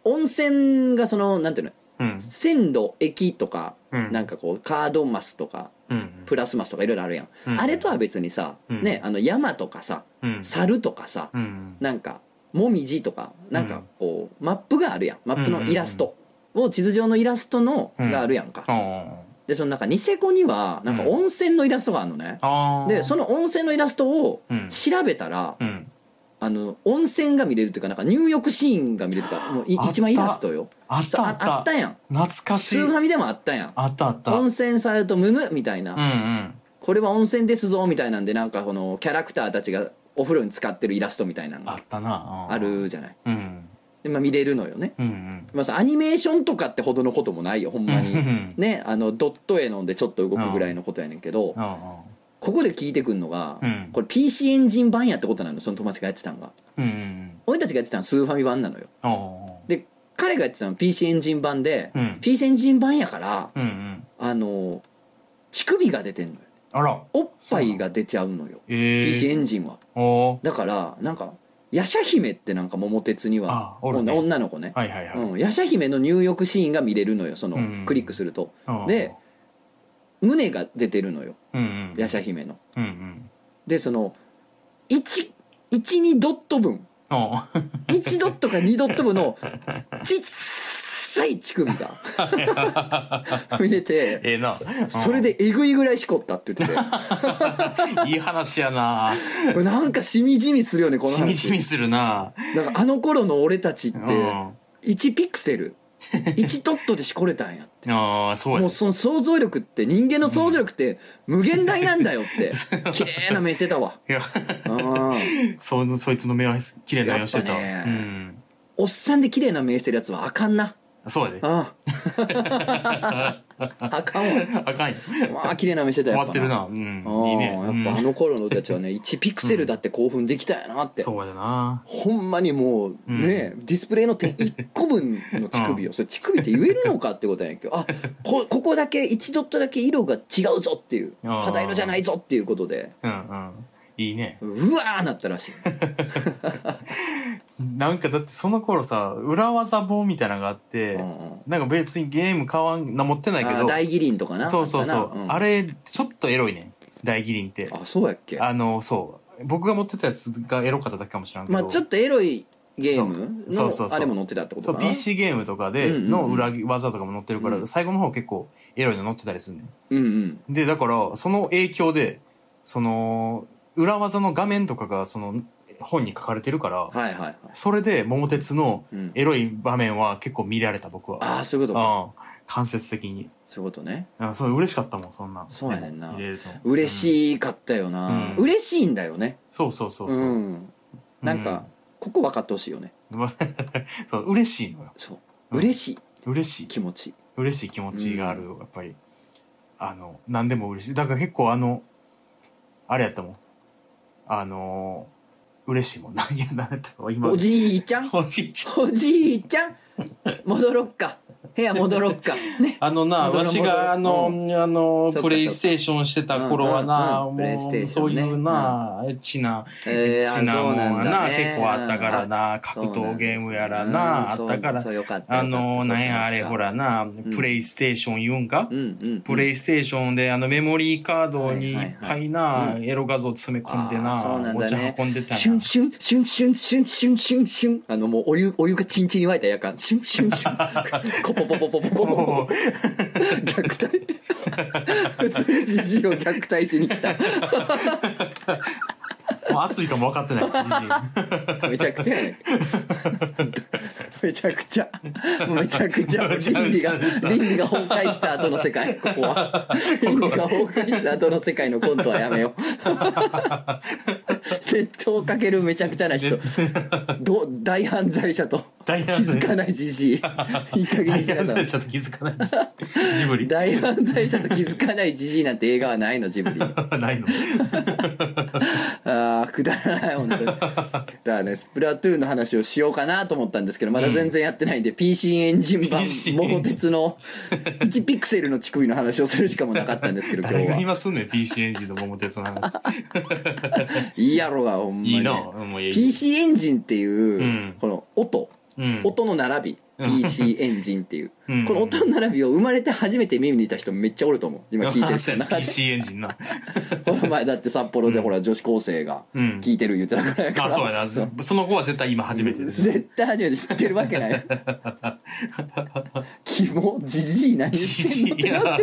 Speaker 1: 温泉がそのなんていうの
Speaker 2: うん。
Speaker 1: 線路駅とか
Speaker 2: うん。
Speaker 1: なんかこうカードマスとか
Speaker 2: うん。
Speaker 1: プラスマスとかいろいろあるやん、
Speaker 2: うん
Speaker 1: あれとは別にさ、
Speaker 2: うん
Speaker 1: ねあの山とかさ
Speaker 2: うん。
Speaker 1: 猿とかさ
Speaker 2: うん。
Speaker 1: なんかもみじとかなんかこうマップがあるやんマップのイラストを地図上のイラストの
Speaker 2: うん
Speaker 1: があるやんか、
Speaker 2: あー
Speaker 1: でそのなんかニセコにはなんか
Speaker 2: うん
Speaker 1: 温泉のイラストがあるのね、
Speaker 2: あー。
Speaker 1: でその温泉のイラストを
Speaker 2: うん。
Speaker 1: 調べたら、
Speaker 2: うん。
Speaker 1: あの温泉が見れるというかなんか入浴シーンが見れるとかもうい
Speaker 2: あった
Speaker 1: 一番イラストよ
Speaker 2: あっ
Speaker 1: そうあ
Speaker 2: たあ
Speaker 1: あ
Speaker 2: っ。
Speaker 1: ったたやん
Speaker 2: 懐かしい
Speaker 1: ス。ーファミでもあったやん
Speaker 2: あったあった。う
Speaker 1: 温
Speaker 2: ん
Speaker 1: 泉されるとムムみたいな、
Speaker 2: うん。
Speaker 1: これは温泉ですぞみたいなんでなんかこのキャラクターたちがお風呂に使ってるイラストみたいなの
Speaker 2: あ
Speaker 1: が
Speaker 2: ったな。ー
Speaker 1: あ。るじゃない
Speaker 2: うん。
Speaker 1: で、まあ、見れるのよね、
Speaker 2: うんうん。
Speaker 1: まあ、さアニメーションとかってほどのこともないよほんま
Speaker 2: う
Speaker 1: に
Speaker 2: ん。
Speaker 1: ねあのドット絵のんでちょっと動くぐらいのことやねんけど
Speaker 2: うんうん
Speaker 1: ここで聞いてくんのが、
Speaker 2: うん
Speaker 1: これ PC エンジン版やってことなのその友達がやってたのが
Speaker 2: うんうん
Speaker 1: 俺たちがやってたのはスーファミ版なのよ
Speaker 2: うん。お
Speaker 1: で彼がやってたのは PC エンジン版で、
Speaker 2: ーうん。
Speaker 1: PC エンジン版やから
Speaker 2: うんうん。
Speaker 1: あの乳首が出てんのよ
Speaker 2: あら。
Speaker 1: おっぱいが出ちゃうのよ
Speaker 2: え
Speaker 1: PC エ
Speaker 2: え。
Speaker 1: ンジンは
Speaker 2: おー
Speaker 1: だからなんかヤシャ姫ってなんか桃鉄には
Speaker 2: あ、おるね。
Speaker 1: 女の子ね、
Speaker 2: はいはいはい。
Speaker 1: うん、ヤシャ姫の入浴シーンが見れるのよその、
Speaker 2: うん
Speaker 1: クリックすると
Speaker 2: うん
Speaker 1: で、胸が出てるのよ
Speaker 2: うんうん。
Speaker 1: ヤシャ姫の
Speaker 2: うんうん。
Speaker 1: でその12ドット分
Speaker 2: おー
Speaker 1: 1ドットか2ドット分
Speaker 2: <laughs>
Speaker 1: のちっさい乳首が <laughs> 見れて
Speaker 2: ええな。うん
Speaker 1: それ。でえぐいぐらいしこったって言って
Speaker 2: <laughs>
Speaker 1: て
Speaker 2: いい話やな。
Speaker 1: これなんかしみじみするよねこの
Speaker 2: しみ
Speaker 1: 話
Speaker 2: じみするな。
Speaker 1: なんかあの頃の俺たちって、
Speaker 2: うん
Speaker 1: 1ピクセル1ドットでしこれた
Speaker 2: <laughs>
Speaker 1: んや
Speaker 2: ああ、そうや
Speaker 1: もうその想像力って人間の想像力って無限大なんだよって綺麗な目してたわ
Speaker 2: <laughs> いや、
Speaker 1: うん
Speaker 2: その、そいつの目は綺麗な色してた。
Speaker 1: やっ
Speaker 2: う
Speaker 1: ぱ
Speaker 2: ん。
Speaker 1: おっさんで綺麗な目してるやつはあかんな
Speaker 2: そうやで <laughs>
Speaker 1: う。んあかんわ
Speaker 2: あかんよ。
Speaker 1: まあ綺麗な目してた
Speaker 2: 終
Speaker 1: や
Speaker 2: わ
Speaker 1: っ
Speaker 2: っ
Speaker 1: ぱ
Speaker 2: てる
Speaker 1: な
Speaker 2: な。うん。
Speaker 1: うん
Speaker 2: いいね。うん
Speaker 1: やっぱあの頃の俺たちはね1ピクセルだって興奮できたやなって
Speaker 2: そうやな。
Speaker 1: ほんまにもう
Speaker 2: うん
Speaker 1: ね、ディスプレイの点1個分の乳首をそれ乳首って言えるのかってことやねんけどあこここだけ1ドットだけ色が違うぞっていう
Speaker 2: あー
Speaker 1: 肌色じゃないぞっていうことで
Speaker 2: うんうん。いいね。
Speaker 1: うわーなったら
Speaker 2: <laughs>
Speaker 1: しい
Speaker 2: なんかだってその頃さ、裏技棒みたいなのがあって、
Speaker 1: うんうん
Speaker 2: なんか別にゲーム買わん、な持ってないけ
Speaker 1: あー
Speaker 2: ど、
Speaker 1: 大義林とかな
Speaker 2: そうそうそう。
Speaker 1: ん
Speaker 2: あれ、ちょっとエロいね。大義林って。
Speaker 1: あそうやっけ
Speaker 2: あの、そう。僕が持ってたやつがエロかっただけかもしれんけ
Speaker 1: ま
Speaker 2: ど。
Speaker 1: あちょっとエロいゲーム
Speaker 2: そうそうそう
Speaker 1: の
Speaker 2: そ
Speaker 1: あ
Speaker 2: う
Speaker 1: れも載ってたってこ
Speaker 2: そ
Speaker 1: と
Speaker 2: う
Speaker 1: かな
Speaker 2: PC ゲームとかで
Speaker 1: うんうん
Speaker 2: の
Speaker 1: うん
Speaker 2: 裏技とかも載ってるから、
Speaker 1: うん
Speaker 2: 最後の方結構エロいの載ってたりするね
Speaker 1: うんうん
Speaker 2: んでだからその影響でその裏技の画面とかがその本に書かれてるから、
Speaker 1: はいはいはい、
Speaker 2: それで桃鉄の
Speaker 1: うん、
Speaker 2: エロい場面は結構見られた僕は
Speaker 1: ああそういうことか
Speaker 2: あ間接的に
Speaker 1: そういうことね
Speaker 2: あそう嬉しかったもんそんな
Speaker 1: そうやねんな
Speaker 2: 見れると
Speaker 1: 嬉
Speaker 2: い、
Speaker 1: しかったよな、
Speaker 2: うん
Speaker 1: 嬉しいんだよね
Speaker 2: そうそうそう
Speaker 1: う
Speaker 2: そう、
Speaker 1: んなんか、ここ分かってほしいよね
Speaker 2: うんそう嬉しいのよ
Speaker 1: そう
Speaker 2: うん
Speaker 1: 嬉しい
Speaker 2: 嬉しい
Speaker 1: 気持ち
Speaker 2: 嬉しい気持ちがある、やっぱりあの何でも嬉しいだから結構あのあれやったもんあの嬉しいもん <laughs> 何や何やったか今
Speaker 1: おじいちゃん
Speaker 2: おじいちゃん
Speaker 1: おじいちゃん戻ろっか部屋戻ろっかね
Speaker 2: あのな
Speaker 1: 戻ろ
Speaker 2: わ
Speaker 1: う
Speaker 2: しがあの、
Speaker 1: 戻
Speaker 2: あ
Speaker 1: そ
Speaker 2: の
Speaker 1: っか
Speaker 2: プレイステーションしてた頃はな、
Speaker 1: うんうんうんプレイス
Speaker 2: も
Speaker 1: テー
Speaker 2: う
Speaker 1: シ
Speaker 2: そ
Speaker 1: ョ
Speaker 2: う
Speaker 1: ン
Speaker 2: い
Speaker 1: ね
Speaker 2: うなエッチな、
Speaker 1: え
Speaker 2: エ
Speaker 1: ーあ
Speaker 2: ッチなもんがな、結構あったから
Speaker 1: あ
Speaker 2: な格闘ゲームやらな、
Speaker 1: そう
Speaker 2: あ
Speaker 1: な
Speaker 2: っ
Speaker 1: ん
Speaker 2: た
Speaker 1: だ
Speaker 2: から
Speaker 1: そうよかった
Speaker 2: あのなんやあれほ
Speaker 1: ら
Speaker 2: らな、プレイステーション言うんか、
Speaker 1: うんうん
Speaker 2: プレイステーションであのメモリーカードにいっぱい
Speaker 1: はい
Speaker 2: な
Speaker 1: はいは
Speaker 2: エロ画像詰め込んで
Speaker 1: あー
Speaker 2: な
Speaker 1: そうなん
Speaker 2: 持
Speaker 1: だ
Speaker 2: ち
Speaker 1: ね
Speaker 2: 運んでた
Speaker 1: シュ
Speaker 2: な
Speaker 1: ンシュンシュンシュンシュンシュンシュンシュンあのもうお湯お湯がチンチンに沸いたやかんシュンシュンシュンコポポポポポポポポ
Speaker 2: <laughs> もう
Speaker 1: 虐待普通にじじいを虐待しに来た
Speaker 2: もう熱いかも分かってない
Speaker 1: めちゃくちゃ
Speaker 2: <laughs>
Speaker 1: やねんめちゃくちゃもうめちゃくち
Speaker 2: <laughs>
Speaker 1: ゃもう倫理が
Speaker 2: めちゃくちゃです
Speaker 1: 倫理が崩壊した後の世界ここ
Speaker 2: <laughs>
Speaker 1: は倫理が崩壊した後の世界のコントはやめようネットをかけるめちゃくちゃな人ど大犯罪者と気
Speaker 2: 大犯罪
Speaker 1: づかないじ
Speaker 2: <laughs>
Speaker 1: じいいい加減に
Speaker 2: 大
Speaker 1: しな
Speaker 2: 犯
Speaker 1: さい
Speaker 2: 罪者と気づかないしジブリ
Speaker 1: 大犯罪者と気づかないじじいなんて映画はないのジブリに
Speaker 2: <laughs> ないの
Speaker 1: あーくだらない本当
Speaker 2: <laughs>
Speaker 1: にだからねスプラトゥーンの話をしようかなと思ったんですけどまだ全然やってないんで、PC エンジン版
Speaker 2: PC
Speaker 1: 桃鉄
Speaker 2: <laughs>
Speaker 1: の1ピクセルの乳首の話をするしかもなかったんです
Speaker 2: <laughs>
Speaker 1: けど今
Speaker 2: 誰
Speaker 1: 日
Speaker 2: が
Speaker 1: は
Speaker 2: 今すんねん PC エンジンと桃鉄の話
Speaker 1: いいやろがほんまに
Speaker 2: いいなもういい
Speaker 1: PC エンジンっていう、
Speaker 2: うん
Speaker 1: この音
Speaker 2: うん
Speaker 1: 音の並び、
Speaker 2: う
Speaker 1: PC エンジンっていう、
Speaker 2: うん
Speaker 1: この音の並びを生まれて初めて耳にした人めっちゃおると思う今
Speaker 2: <laughs>
Speaker 1: 聞いてる人
Speaker 2: そ
Speaker 1: <laughs>
Speaker 2: う
Speaker 1: の
Speaker 2: やな
Speaker 1: 中で
Speaker 2: PC エンジンな。
Speaker 1: この前だって札幌で
Speaker 2: うん
Speaker 1: ほら女子高生が
Speaker 2: うん。
Speaker 1: 聞いてる言ってたからやから、
Speaker 2: あ、そうやな。ずその後は絶対今初めてです。
Speaker 1: 絶対初めて知ってるわけない
Speaker 2: <laughs>
Speaker 1: キモジジイ何言ってんの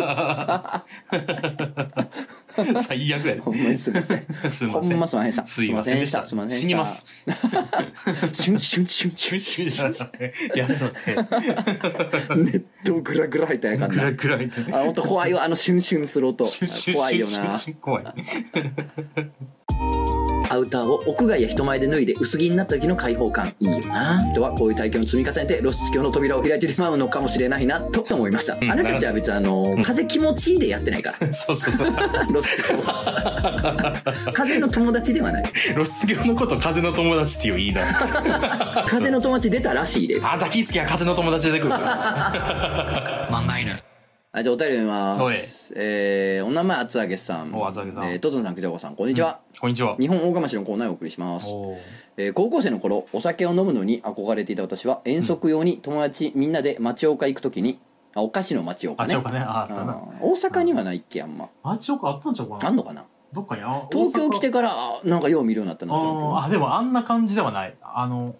Speaker 2: いや最悪やで
Speaker 1: ほ。んまにすみません
Speaker 2: すいま
Speaker 1: ほ
Speaker 2: せ
Speaker 1: ん
Speaker 2: ん
Speaker 1: ま。すみませんでした
Speaker 2: すいませんでした。
Speaker 1: すいませんでした
Speaker 2: 死にます。
Speaker 1: シュンシュンシュンシ
Speaker 2: シュンシュンシュンシュンやるのって、
Speaker 1: ュンネットをグラグラみたいな感
Speaker 2: ぐ
Speaker 1: じ
Speaker 2: らぐらいで。シュン
Speaker 1: あ音怖いわあのシュンシュンする音
Speaker 2: シュンシュン
Speaker 1: 怖いよ
Speaker 2: シュン
Speaker 1: な
Speaker 2: シュン怖い。
Speaker 1: アウターを屋外や人前で脱いで薄着になった時の開放感いいよな人はこういう体験を積み重ねて露出狂の扉を開いてしまうのかもしれないなと思いました、
Speaker 2: ん
Speaker 1: あなたたちは別にあの風気持ちいいでやってないから
Speaker 2: そうそうそう。
Speaker 1: 露出狂は
Speaker 2: <laughs>
Speaker 1: 風の友達ではない
Speaker 2: 露出狂のこと風の友達っていういいな。
Speaker 1: 風の友達出たらしいで
Speaker 2: あんたキースケは風の友達出てくるから。
Speaker 3: 漫画犬
Speaker 1: あじゃあお便り読みますえー、お名前厚揚げさん
Speaker 2: お厚揚げさん
Speaker 1: えー、トトンさんくじゃこさんこんにちは、
Speaker 2: こんにちは。
Speaker 1: 日本大釜市のコーナーをお送りします
Speaker 2: おー
Speaker 1: えー高校生の頃お酒を飲むのに憧れていた私は遠足用に友達みんなで町岡行く時にあお菓子の町岡
Speaker 2: あ、
Speaker 1: ね
Speaker 2: そうかね。ああったな。
Speaker 1: あー大阪にはないっけあんま
Speaker 2: あ、ちょかあったんちゃうか
Speaker 1: あ
Speaker 2: な。
Speaker 1: んのかな
Speaker 2: どっかにあ
Speaker 1: 東京来て
Speaker 2: 大阪
Speaker 1: からあなんかよう見るようになったなと思う
Speaker 2: あーあ、でもあんな感じではない。あの、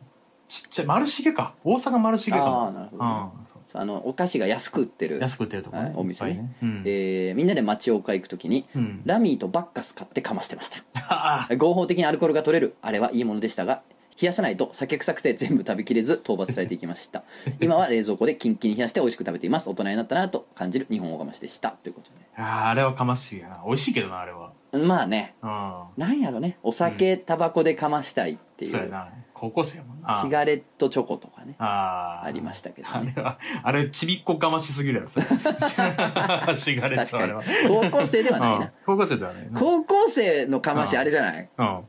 Speaker 2: ちっちゃい、丸重か。大阪丸重
Speaker 1: けどあ
Speaker 2: か
Speaker 1: あなるほどね、
Speaker 2: も。うんそう。
Speaker 1: あのお菓子が安く売ってる、
Speaker 2: 安く売ってるとこ
Speaker 1: は
Speaker 2: ね
Speaker 1: い。お店ね
Speaker 2: いっぱいね。うん
Speaker 1: えーみんなで町岡行く時に
Speaker 2: うん。 <laughs>
Speaker 1: ラミーとバッカス買ってかましてました
Speaker 2: あ
Speaker 1: 合法的にアルコールが取れるあれはいいものでしたが冷やさないと酒臭くて全部食べきれず討伐されていきました今は冷蔵庫でキンキンに冷やして美味しく食べています大人になったなと感じる日本大釜市でしたということ
Speaker 2: あー、あれはかましいやな。美味しいけどな、あれは。
Speaker 1: でまあね
Speaker 2: う
Speaker 1: なんやろねお酒、タバコでかましたいって
Speaker 2: ん。
Speaker 1: い
Speaker 2: そうや
Speaker 1: う
Speaker 2: な。高校生やもんな。
Speaker 1: シガレットチョコとかね
Speaker 2: ああ。
Speaker 1: ありましたけど
Speaker 2: あ
Speaker 1: ね
Speaker 2: れは、あれ、ちびっこかましすぎるやろ、
Speaker 1: <laughs>
Speaker 2: それシガレッ
Speaker 1: 確
Speaker 2: トあ
Speaker 1: か
Speaker 2: れ
Speaker 1: に
Speaker 2: は。
Speaker 1: 高校生ではない
Speaker 2: うん
Speaker 1: な
Speaker 2: 高校生だね。
Speaker 1: 高校生のかましあれじゃない
Speaker 2: うん。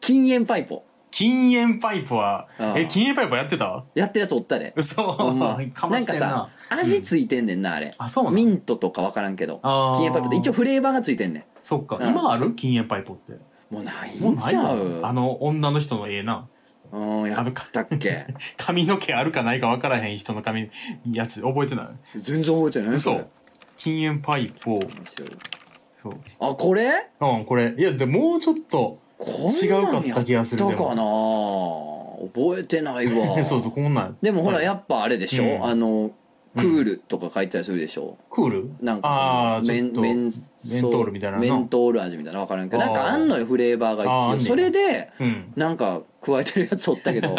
Speaker 1: 禁煙パイプ
Speaker 2: 禁煙パイプは
Speaker 1: う、ん
Speaker 2: え、禁煙パイプやってた
Speaker 1: やってるやつおった
Speaker 2: <laughs>
Speaker 1: で
Speaker 2: 嘘。
Speaker 1: ほんま
Speaker 2: かま
Speaker 1: なん
Speaker 2: して
Speaker 1: か
Speaker 2: んな。
Speaker 1: さ味ついてんねんなあれ
Speaker 2: あ、そうな
Speaker 1: ミ
Speaker 2: の
Speaker 1: ントとかわからんけど
Speaker 2: あー
Speaker 1: 禁煙パイプって一応フレーバーがついてんねん
Speaker 2: そっか。
Speaker 1: うん
Speaker 2: 今ある禁煙パイプって。
Speaker 1: もうない
Speaker 2: もうんな
Speaker 1: ち
Speaker 2: い
Speaker 1: ゃ
Speaker 2: わあ
Speaker 1: う
Speaker 2: の、女の人のええな。
Speaker 1: うんやったっけ
Speaker 2: 髪の毛あるかないか分からへん人の髪、やつ覚えてない
Speaker 1: 全然覚えてないそ
Speaker 2: 嘘
Speaker 1: れ。
Speaker 2: 禁煙パイプを、
Speaker 1: 面白い
Speaker 2: そう。
Speaker 1: あこれ
Speaker 2: うん、これ。いや、でもうちょっと、
Speaker 1: こんなん
Speaker 2: 違うかった気がする
Speaker 1: やっ
Speaker 2: で
Speaker 1: たかな覚えてないわ
Speaker 2: <laughs> そうそう、こんなん。
Speaker 1: でもほら
Speaker 2: はい
Speaker 1: やっぱあれでしょ、
Speaker 2: うん
Speaker 1: あのクールとか書いてたりするでしょ、
Speaker 2: クール
Speaker 1: なん
Speaker 2: あ
Speaker 1: か
Speaker 2: あ
Speaker 1: そ
Speaker 2: ー、
Speaker 1: の
Speaker 2: ち
Speaker 1: メ
Speaker 2: ょっ
Speaker 1: ンメン
Speaker 2: と。メントールみたいなの
Speaker 1: そうメントール味みたいなの分からんけど
Speaker 2: あ
Speaker 1: なん
Speaker 2: ー
Speaker 1: かあんのよフレーバーが
Speaker 2: あーあ
Speaker 1: 一応
Speaker 2: んねん
Speaker 1: それで
Speaker 2: うん。
Speaker 1: なんか加えてるやつおったけ
Speaker 2: <laughs>
Speaker 1: ど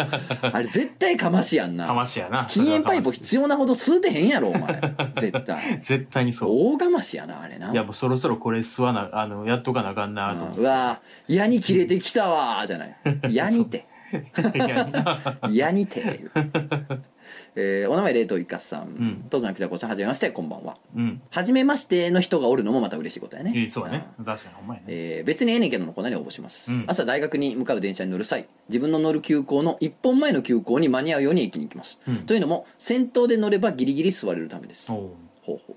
Speaker 1: あれ絶対かましやん
Speaker 2: か
Speaker 1: な
Speaker 2: ましやな。
Speaker 1: 禁煙パイプ
Speaker 2: それはかまし
Speaker 1: 必要なほど吸うてへんやろお前
Speaker 2: <laughs>
Speaker 1: 絶対
Speaker 2: 絶対にそう。
Speaker 1: 大がましやなあれない
Speaker 2: や、もうそろそろこれ吸わな、あの、やっとかなあかんなと思っ
Speaker 1: うんうわー矢に切れてきたわーじゃ
Speaker 2: <laughs>
Speaker 1: ない矢にて
Speaker 2: て。いや
Speaker 1: 矢に
Speaker 2: <laughs>
Speaker 1: て、えーお名前冷凍イカさん、
Speaker 2: ん
Speaker 1: 父さんきざこさんはじめましてこんばんは
Speaker 2: <laughs> うん。
Speaker 1: はじめましての人がおるのもまた嬉しいことやね
Speaker 2: いいそうやね。確かに、ほんまやね。
Speaker 1: えー別にええねんけどのコーナーに応募します、
Speaker 2: うん
Speaker 1: 朝大学に向かう電車に乗る際自分の乗る急行の1本前の急行に間に合うように駅に行きます、
Speaker 2: うん
Speaker 1: というのも先頭で乗ればギリギリ座れるためです
Speaker 2: おう
Speaker 1: ほうほう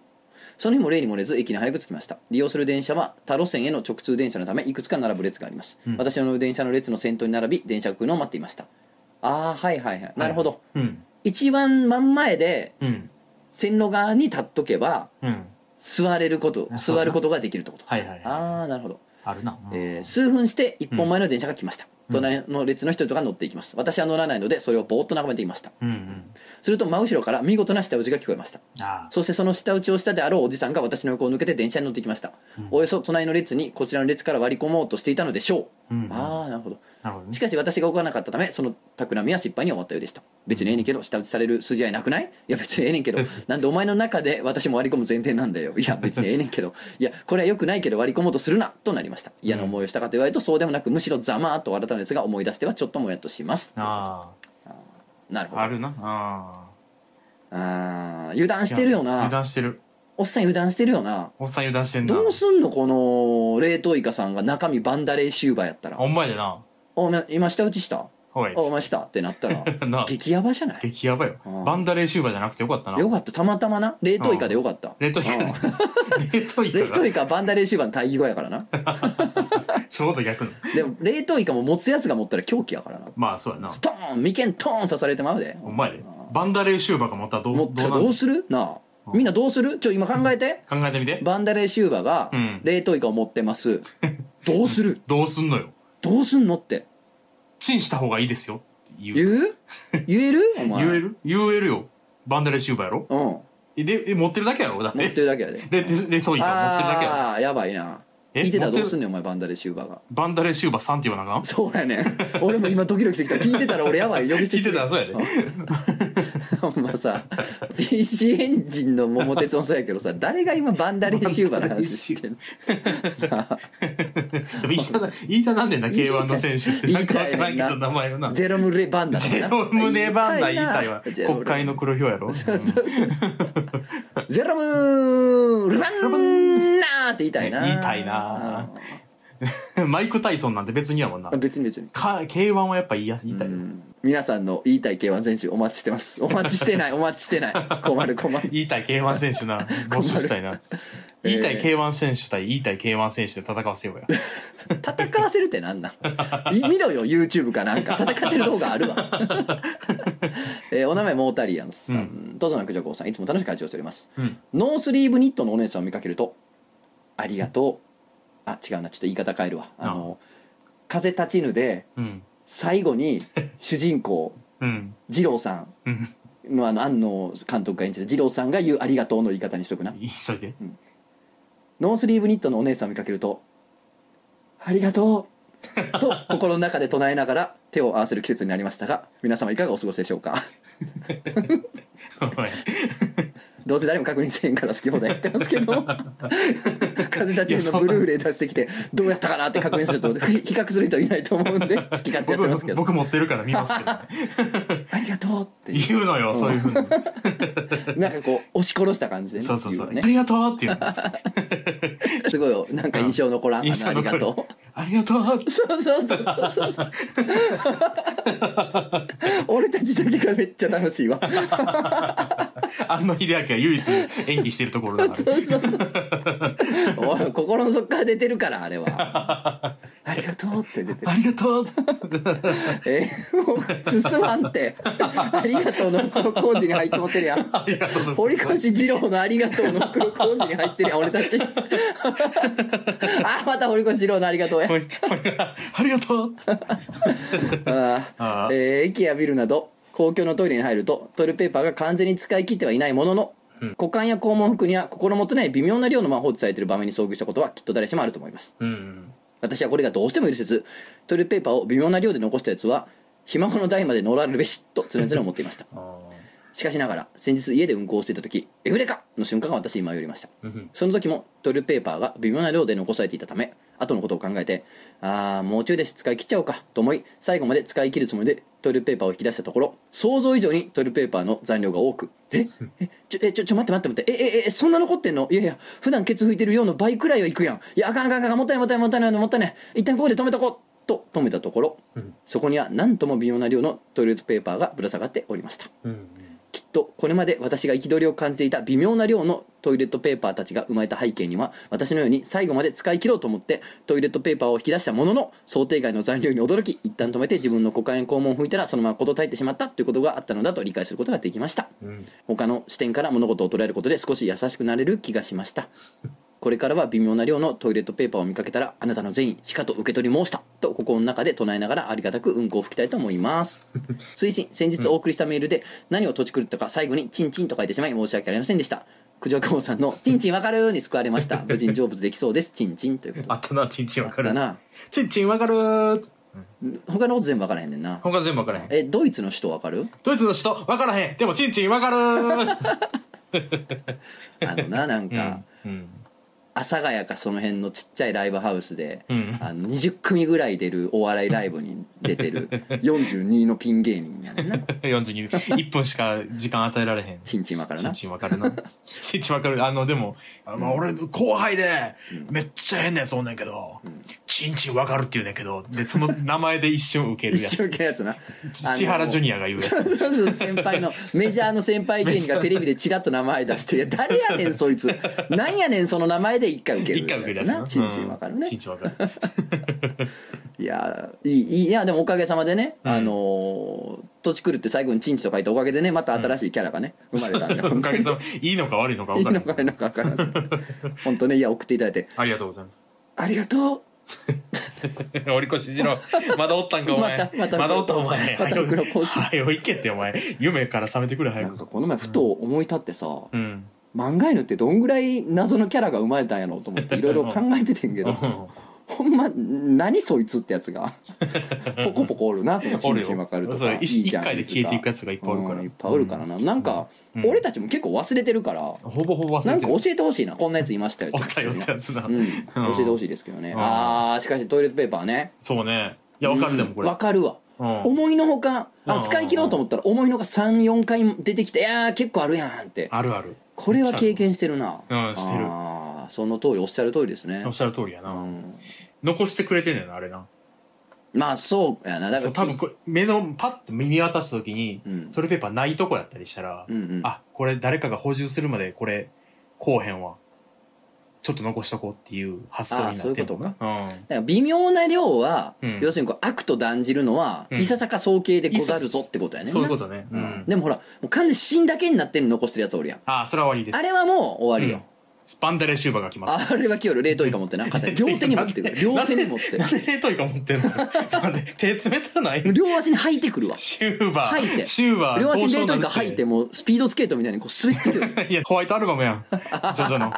Speaker 1: その日も例に漏れず駅に早く着きました利用する電車は他路線への直通電車のためいくつか並ぶ列があります、
Speaker 2: うん
Speaker 1: 私の乗る電車の列の先頭に並び電車が来るのを待っていましたああはいはいはいなるほど、
Speaker 2: うん。
Speaker 1: 一番真ん前で
Speaker 2: うん。
Speaker 1: 線路側に立っとけば
Speaker 2: うん。
Speaker 1: 座れること
Speaker 2: あそうだ
Speaker 1: 座ることができるってことか
Speaker 2: はいはいはい。
Speaker 1: ああなるほど
Speaker 2: あるな。うん
Speaker 1: えー数分して一本前の電車が来ました、
Speaker 2: うん
Speaker 1: 隣の列の人々が乗っていきます私は乗らないのでそれをぼーっと眺めていました
Speaker 2: うんうん。
Speaker 1: すると真後ろから見事な舌打ちが聞こえました
Speaker 2: ああ。
Speaker 1: そしてその舌打ちをしたであろうおじさんが私の横を抜けて電車に乗ってきました、
Speaker 2: うん
Speaker 1: およそ隣の列にこちらの列から割り込もうとしていたのでしょう、
Speaker 2: うんうん
Speaker 1: ああなるほど
Speaker 2: なるほどね
Speaker 1: し。かし私が動かなかったためその企みは失敗に終わったようでした別にええねんけど舌打ちされる筋合いなくないいや別にええねん
Speaker 2: <laughs>
Speaker 1: けどなんでお前の中で私も割り込む前提なんだよいや別にええねんけどいやこれは良くないけど割り込もうとするなとなりました嫌な思いをしたかと言われるとそうでもなくむしろざまーっと笑ったのですが思い出してはちょっともやっとします
Speaker 2: あ
Speaker 1: なるほ
Speaker 2: あ。
Speaker 1: ど
Speaker 2: あ
Speaker 1: あ
Speaker 2: るな。あ
Speaker 1: あー油断
Speaker 2: あ。
Speaker 1: してるよ
Speaker 2: いや
Speaker 1: な
Speaker 2: 油断してる。
Speaker 1: おっさん油断してるよな
Speaker 2: おっさん油断してんな。
Speaker 1: どうすんのこの冷凍イカさんが中身バンダレーシューバーやったら
Speaker 2: ほんまやでな。
Speaker 1: お前今下打ちしたあ
Speaker 2: ほい。
Speaker 1: お前したってなったら
Speaker 2: <laughs> なあ
Speaker 1: 激ヤバじゃない
Speaker 2: 激やばいよ
Speaker 1: うん。
Speaker 2: バンダレーシューバーじゃなくてよかったな。
Speaker 1: よかったたまたまな冷凍イカでよかった
Speaker 2: レトイカ
Speaker 1: うん。
Speaker 2: <laughs> レトイ
Speaker 1: 冷
Speaker 2: カ
Speaker 1: 凍
Speaker 2: が
Speaker 1: イカはバンダレーシューバーの対義語や
Speaker 2: <laughs>
Speaker 1: からな
Speaker 2: ちょうど逆の。
Speaker 1: でも冷凍イカも持つやつが持ったら狂気やからな
Speaker 2: まあ、そうやな。
Speaker 1: ストーン眉間トーン刺されてまうで
Speaker 2: ほんまやで。
Speaker 1: うん
Speaker 2: バンダレーシューバーが持ったらどう
Speaker 1: 持
Speaker 2: す
Speaker 1: っ
Speaker 2: ど
Speaker 1: たら
Speaker 2: うなる
Speaker 1: どうするなあみんなどうするちょ今考えて
Speaker 2: 考えてみて
Speaker 1: バンダレーシューバが
Speaker 2: うん
Speaker 1: 冷凍イカを持って
Speaker 2: <laughs>
Speaker 1: ます、どうする
Speaker 2: どうすんのよ
Speaker 1: どうすんのって
Speaker 2: チンした方がいいですよって言う
Speaker 1: 言う言えるお前
Speaker 2: <laughs> 言える言えるよバンダレーシューバーやろ
Speaker 1: うん
Speaker 2: えでえ持ってるだけやろだっ
Speaker 1: 持っててるだけやで
Speaker 2: <laughs> レレトイカ持ってるだけやろ
Speaker 1: ああやばいな
Speaker 2: え
Speaker 1: 聞いてたら
Speaker 2: 持って
Speaker 1: ど
Speaker 2: る
Speaker 1: うすんねんお前バンダレーシューバが
Speaker 2: バンダレーシューバーさんって言わなあかん
Speaker 1: そうやねん俺も今ドキドキしてきた聞いてたら俺やばい呼び捨て
Speaker 2: 聞い
Speaker 1: してる
Speaker 2: たらそうやで、
Speaker 1: <laughs> ほんまさ PC エンジンの桃鉄もそうやけ
Speaker 2: <laughs>
Speaker 1: どさ誰が今バンダレーシューバーの話してんの
Speaker 2: で <laughs> も言いたな言いたなんねんな
Speaker 1: <laughs>
Speaker 2: K1 の選手ってなんかわ
Speaker 1: 言
Speaker 2: か
Speaker 1: いたい
Speaker 2: らんけ
Speaker 1: ねんな
Speaker 2: ど名前をな
Speaker 1: ゼロムレバンダ
Speaker 2: ゼロムネバンダ言いたいわ
Speaker 1: ゼロム
Speaker 2: 国会の黒ひょうやろ
Speaker 1: <laughs> ゼロムレバンダーって言いたいな
Speaker 2: 言いたいなうんマイク・タイソンなんて別にやもんな
Speaker 1: あ別に別に
Speaker 2: か K1 はやっぱ言いやすい言いたい、
Speaker 1: うん皆さんの言いたい K1 選手お待ちしてますお待ちしてないお待ちしてない困る困る
Speaker 2: 言いたい K1 選
Speaker 1: <laughs>
Speaker 2: 手な募集したいな言いたい K1 選手対言いたい K1 選手で戦わせようや
Speaker 1: 戦わせるってなんなんい見ろよ YouTube かなんか戦ってる動画ある <laughs> わ、えーお名前モータリアンさんとぞなくじょこうさんいつも楽しく会長しております、
Speaker 2: うん
Speaker 1: ノースリーブニットのお姉さんを見かけると「ありがとう」あ違うなちょっと言い方変えるわあの「風立ちぬ」で
Speaker 2: うん
Speaker 1: 最後に主人公 <laughs>
Speaker 2: うん
Speaker 1: 二郎さん
Speaker 2: うん
Speaker 1: のあの安野監督が演じた二郎さんが言う「ありがとう」の言い方にしとくな <laughs>
Speaker 2: 急いで
Speaker 1: ノースリーブニットのお姉さんを見かけると「ありがとう」と心の中で唱えながら手を合わせる季節になりましたが皆様いかがお過ごしでしょうか <laughs>
Speaker 2: お前
Speaker 1: どうせ誰も確認せへんから好き放題やってますけど風立ちぬのブルーレイ出してきてどうやったかなって確認すると <laughs> ひ比較する人いないと思うんで好き勝手やってますけ
Speaker 2: 僕
Speaker 1: ど
Speaker 2: 僕持ってるから見ますけどね、
Speaker 1: 「ありがとう」ってい
Speaker 2: 言うのよそういうふうに
Speaker 1: うなんかこう押し殺した感じでね
Speaker 2: そうそうそう、
Speaker 1: 言
Speaker 2: あ
Speaker 1: ね
Speaker 2: りがとうって言う
Speaker 1: <laughs>
Speaker 2: んですよ
Speaker 1: すごいなんか印象残らんあ
Speaker 2: 印
Speaker 1: のあ
Speaker 2: 象
Speaker 1: り
Speaker 2: 残
Speaker 1: が
Speaker 2: る
Speaker 1: とう。
Speaker 2: ありがとう
Speaker 1: そうそうそうそうそうそう俺たちだけがめっちゃ楽しいわ
Speaker 2: 安野秀明は唯一演技してるところ
Speaker 1: <laughs>
Speaker 2: だから
Speaker 1: おい心の底から出てるからあれはありがとうって出てる
Speaker 2: ありがとう
Speaker 1: えもう進まんってありがとうの袋小路に入ってもってるやん
Speaker 2: ありがとう
Speaker 1: 堀越二郎のありがとうの袋小路に入ってるやん俺たちあまた堀越二郎のありがとうや
Speaker 2: これこれがありがとう
Speaker 1: <laughs> あー
Speaker 2: あー
Speaker 1: えー駅やビルなど公共のトイレに入るとトイレペーパーが完全に使い切ってはいないものの、股間や肛門服には心もとない微妙な量のまま放置されている場面に遭遇したことはきっと誰しもあると思います
Speaker 2: うん
Speaker 1: 私はこれがどうしても許せずトイレペーパーを微妙な量で残したやつはひ孫の代まで乗られるべしと常々思っていましたしかしながら先日家で運行をしていた時「エフレカ!」の瞬間が私に舞い降りました
Speaker 2: うん
Speaker 1: その時もトイレペーパーが微妙な量で残されていたため後のことを考えてああもうちょいで使い切っちゃおうかと思い最後まで使い切るつもりでトイレペーパーを引き出したところ想像以上にトイレペーパーの残量が多くええちょえちょちょ待って待って待ってえええそんな残ってんのいやいや普段ケツ拭いてる量の倍くらいはいくやんいやあかんあかんあかんもったいないもったいないもったいないもったいない一旦ここで止めとこうと止めたところ、
Speaker 2: うん
Speaker 1: そこには何とも微妙な量のトイレットペーパーがぶら下がっておりました
Speaker 2: うん
Speaker 1: きっとこれまで私が憤りを感じていた微妙な量のトイレットペーパーたちが生まれた背景には私のように最後まで使い切ろうと思ってトイレットペーパーを引き出したものの想定外の残量に驚き一旦止めて自分の股間や肛門を拭いたらそのまま事絶えてしまったということがあったのだと理解することができました
Speaker 2: うん
Speaker 1: 他の視点から物事を捉えることで少し優しくなれる気がしましたこれからは微妙な量のトイレットペーパーを見かけたらあなたの善意しかと受け取り申したと心の中で唱えながらありがたくうんこを吹きたいと思います推進先日お送りしたメールで何をとち狂ったか最後に「チンチン」と書いてしまい申し訳ありませんでした九条久保さんの「チンチンわかる」に救われました無事に成仏できそうですチンチンということ
Speaker 2: あったなちんちんわか
Speaker 1: だ
Speaker 2: る
Speaker 1: な
Speaker 2: ちんちんわかるー
Speaker 1: 他のこと全部わからへんねんな
Speaker 2: 他全部わからへん
Speaker 1: えドイツの首都わかる
Speaker 2: ドイツの人わからへんでもちんちんわかる <laughs> ー
Speaker 1: あのななんか、
Speaker 2: うん
Speaker 1: 阿佐ヶ谷かその辺のちっちゃいライブハウスで、
Speaker 2: うん
Speaker 1: あの20組ぐらい出るお笑いライブに出て
Speaker 2: <laughs>
Speaker 1: る42のピン芸人やねんな
Speaker 2: 421分しか時間与えられへん
Speaker 1: ちんちんわから
Speaker 2: ち
Speaker 1: なん
Speaker 2: ちんわかるな。ちんちんわかる。あの、でも、あまあ、俺、後輩で、めっちゃ変なやつおんねんけど、ちんちんわかるって言うねんけど、で、その名前で一瞬受ける
Speaker 1: 一
Speaker 2: や
Speaker 1: 生
Speaker 2: つ。
Speaker 1: 懸命やつな
Speaker 2: 千原ジュニアが言うやつ。
Speaker 1: そうそうそう先輩のメジャーの先輩芸人がテレビでチラッと名前出して「いや誰やねんそいつなんやねんその名前前で一回受ける
Speaker 2: 一回受けるやつ
Speaker 1: なちんちんわかるね
Speaker 2: ちんちんわかる。
Speaker 1: いやいいいいいやでもおかげさまでね、
Speaker 2: うん
Speaker 1: あのー土地来るって最後にチンチと書いたおかげでねまた新しいキャラがね、生まれたんで
Speaker 2: <laughs> お
Speaker 1: 本
Speaker 2: か
Speaker 1: 当
Speaker 2: げ
Speaker 1: に
Speaker 2: さま、いいのか悪いのか
Speaker 1: い
Speaker 2: 分
Speaker 1: い
Speaker 2: か
Speaker 1: のか悪い
Speaker 2: らん。
Speaker 1: のか分からず本当ねいや送っていただいて
Speaker 2: ありがとうございます。
Speaker 1: ありがとう
Speaker 2: おりこしじろう。まだおったんか、お前。
Speaker 1: またまた
Speaker 2: まだおった、お前。
Speaker 1: また黒
Speaker 2: は
Speaker 1: コー
Speaker 2: よ
Speaker 1: ヒー
Speaker 2: はよ、いけって、お前。夢から覚めてくれ、早
Speaker 1: なんか
Speaker 2: く。
Speaker 1: この前ふと思い立ってさ、
Speaker 2: うん。
Speaker 1: 漫画犬ってどんぐらい謎のキャラが生まれたんやろうと思っていろいろ考えててんけ
Speaker 2: う
Speaker 1: ど
Speaker 2: ん
Speaker 1: ほんま何そいつってやつ
Speaker 2: <laughs>
Speaker 1: がポコポコおるなそのチ
Speaker 2: お
Speaker 1: ン
Speaker 2: る
Speaker 1: チンわかる
Speaker 2: よ。
Speaker 1: と
Speaker 2: そ
Speaker 1: か
Speaker 2: う、
Speaker 1: いい
Speaker 2: 一
Speaker 1: じ
Speaker 2: 一
Speaker 1: ゃん
Speaker 2: 回で消えていくやつがいっぱいおるか
Speaker 1: う
Speaker 2: ら。
Speaker 1: んいっぱいおるからな、なんか、
Speaker 2: うん
Speaker 1: 俺たちも結構忘れてるから、
Speaker 2: うん。ほぼほぼ忘
Speaker 1: な
Speaker 2: れ
Speaker 1: ん
Speaker 2: て
Speaker 1: か
Speaker 2: る。
Speaker 1: 教えてほしいなこんなやついましたよ
Speaker 2: おったよってやつだ
Speaker 1: う。ん、教えてほしいですけどね、
Speaker 2: うん
Speaker 1: あーしかしトイレットペーパーね
Speaker 2: そうね。い
Speaker 1: い
Speaker 2: や、わかるでも、これ。
Speaker 1: わかるわ
Speaker 2: うん
Speaker 1: 思いのほか
Speaker 2: う
Speaker 1: あ
Speaker 2: ん
Speaker 1: 使い切ろうと思ったら思いのほか34回出てきていやー結構あるやんって
Speaker 2: あるある。
Speaker 1: これは経験してるな
Speaker 2: うんしてる
Speaker 1: あーその通りおっしゃる通りですね
Speaker 2: おっしゃる通りや
Speaker 1: う
Speaker 2: な。
Speaker 1: ん
Speaker 2: 残してくれてんねんな、あれな。
Speaker 1: まあそうやなだか
Speaker 2: そう
Speaker 1: ら
Speaker 2: 多分これ目のパッと見渡すときに、
Speaker 1: うん
Speaker 2: トイレペーパーないとこやったりしたら、
Speaker 1: うんうん
Speaker 2: あこれ誰かが補充するまでこれこうへんわちょっと残しとこうっていう発想になってるの
Speaker 1: あだ
Speaker 2: か
Speaker 1: から微妙な量は、
Speaker 2: うん
Speaker 1: 要するにこう悪と断じるのは、
Speaker 2: うん
Speaker 1: いささか総計でござるぞってことや
Speaker 2: う
Speaker 1: ねんな
Speaker 2: んそういうことね、うん
Speaker 1: うんでもほらもう完全に死んだけになってるの残してるやつおるやん
Speaker 2: あそれは終わりです
Speaker 1: あれはもう終わ
Speaker 2: う
Speaker 1: り
Speaker 2: ん
Speaker 1: よ、
Speaker 2: スパンダレシューバーが来ます
Speaker 1: あれは清る冷凍イカ持
Speaker 2: <laughs>
Speaker 1: ってな片手両手に持ってくる両手に持って
Speaker 2: なんで冷凍イカ持ってんの <laughs> なんで手冷たない
Speaker 1: 両足に履いてくるわ
Speaker 2: シューバー
Speaker 1: 吐いて
Speaker 2: シューバー
Speaker 1: 両足に冷
Speaker 2: 凍
Speaker 1: 凍
Speaker 2: 傷
Speaker 1: イ
Speaker 2: なん
Speaker 1: カ
Speaker 2: て
Speaker 1: 履いてもうスピードスケートみたいにこう滑ってくる
Speaker 2: いやホワイトアルバムやんジョジョ
Speaker 1: <laughs>
Speaker 2: の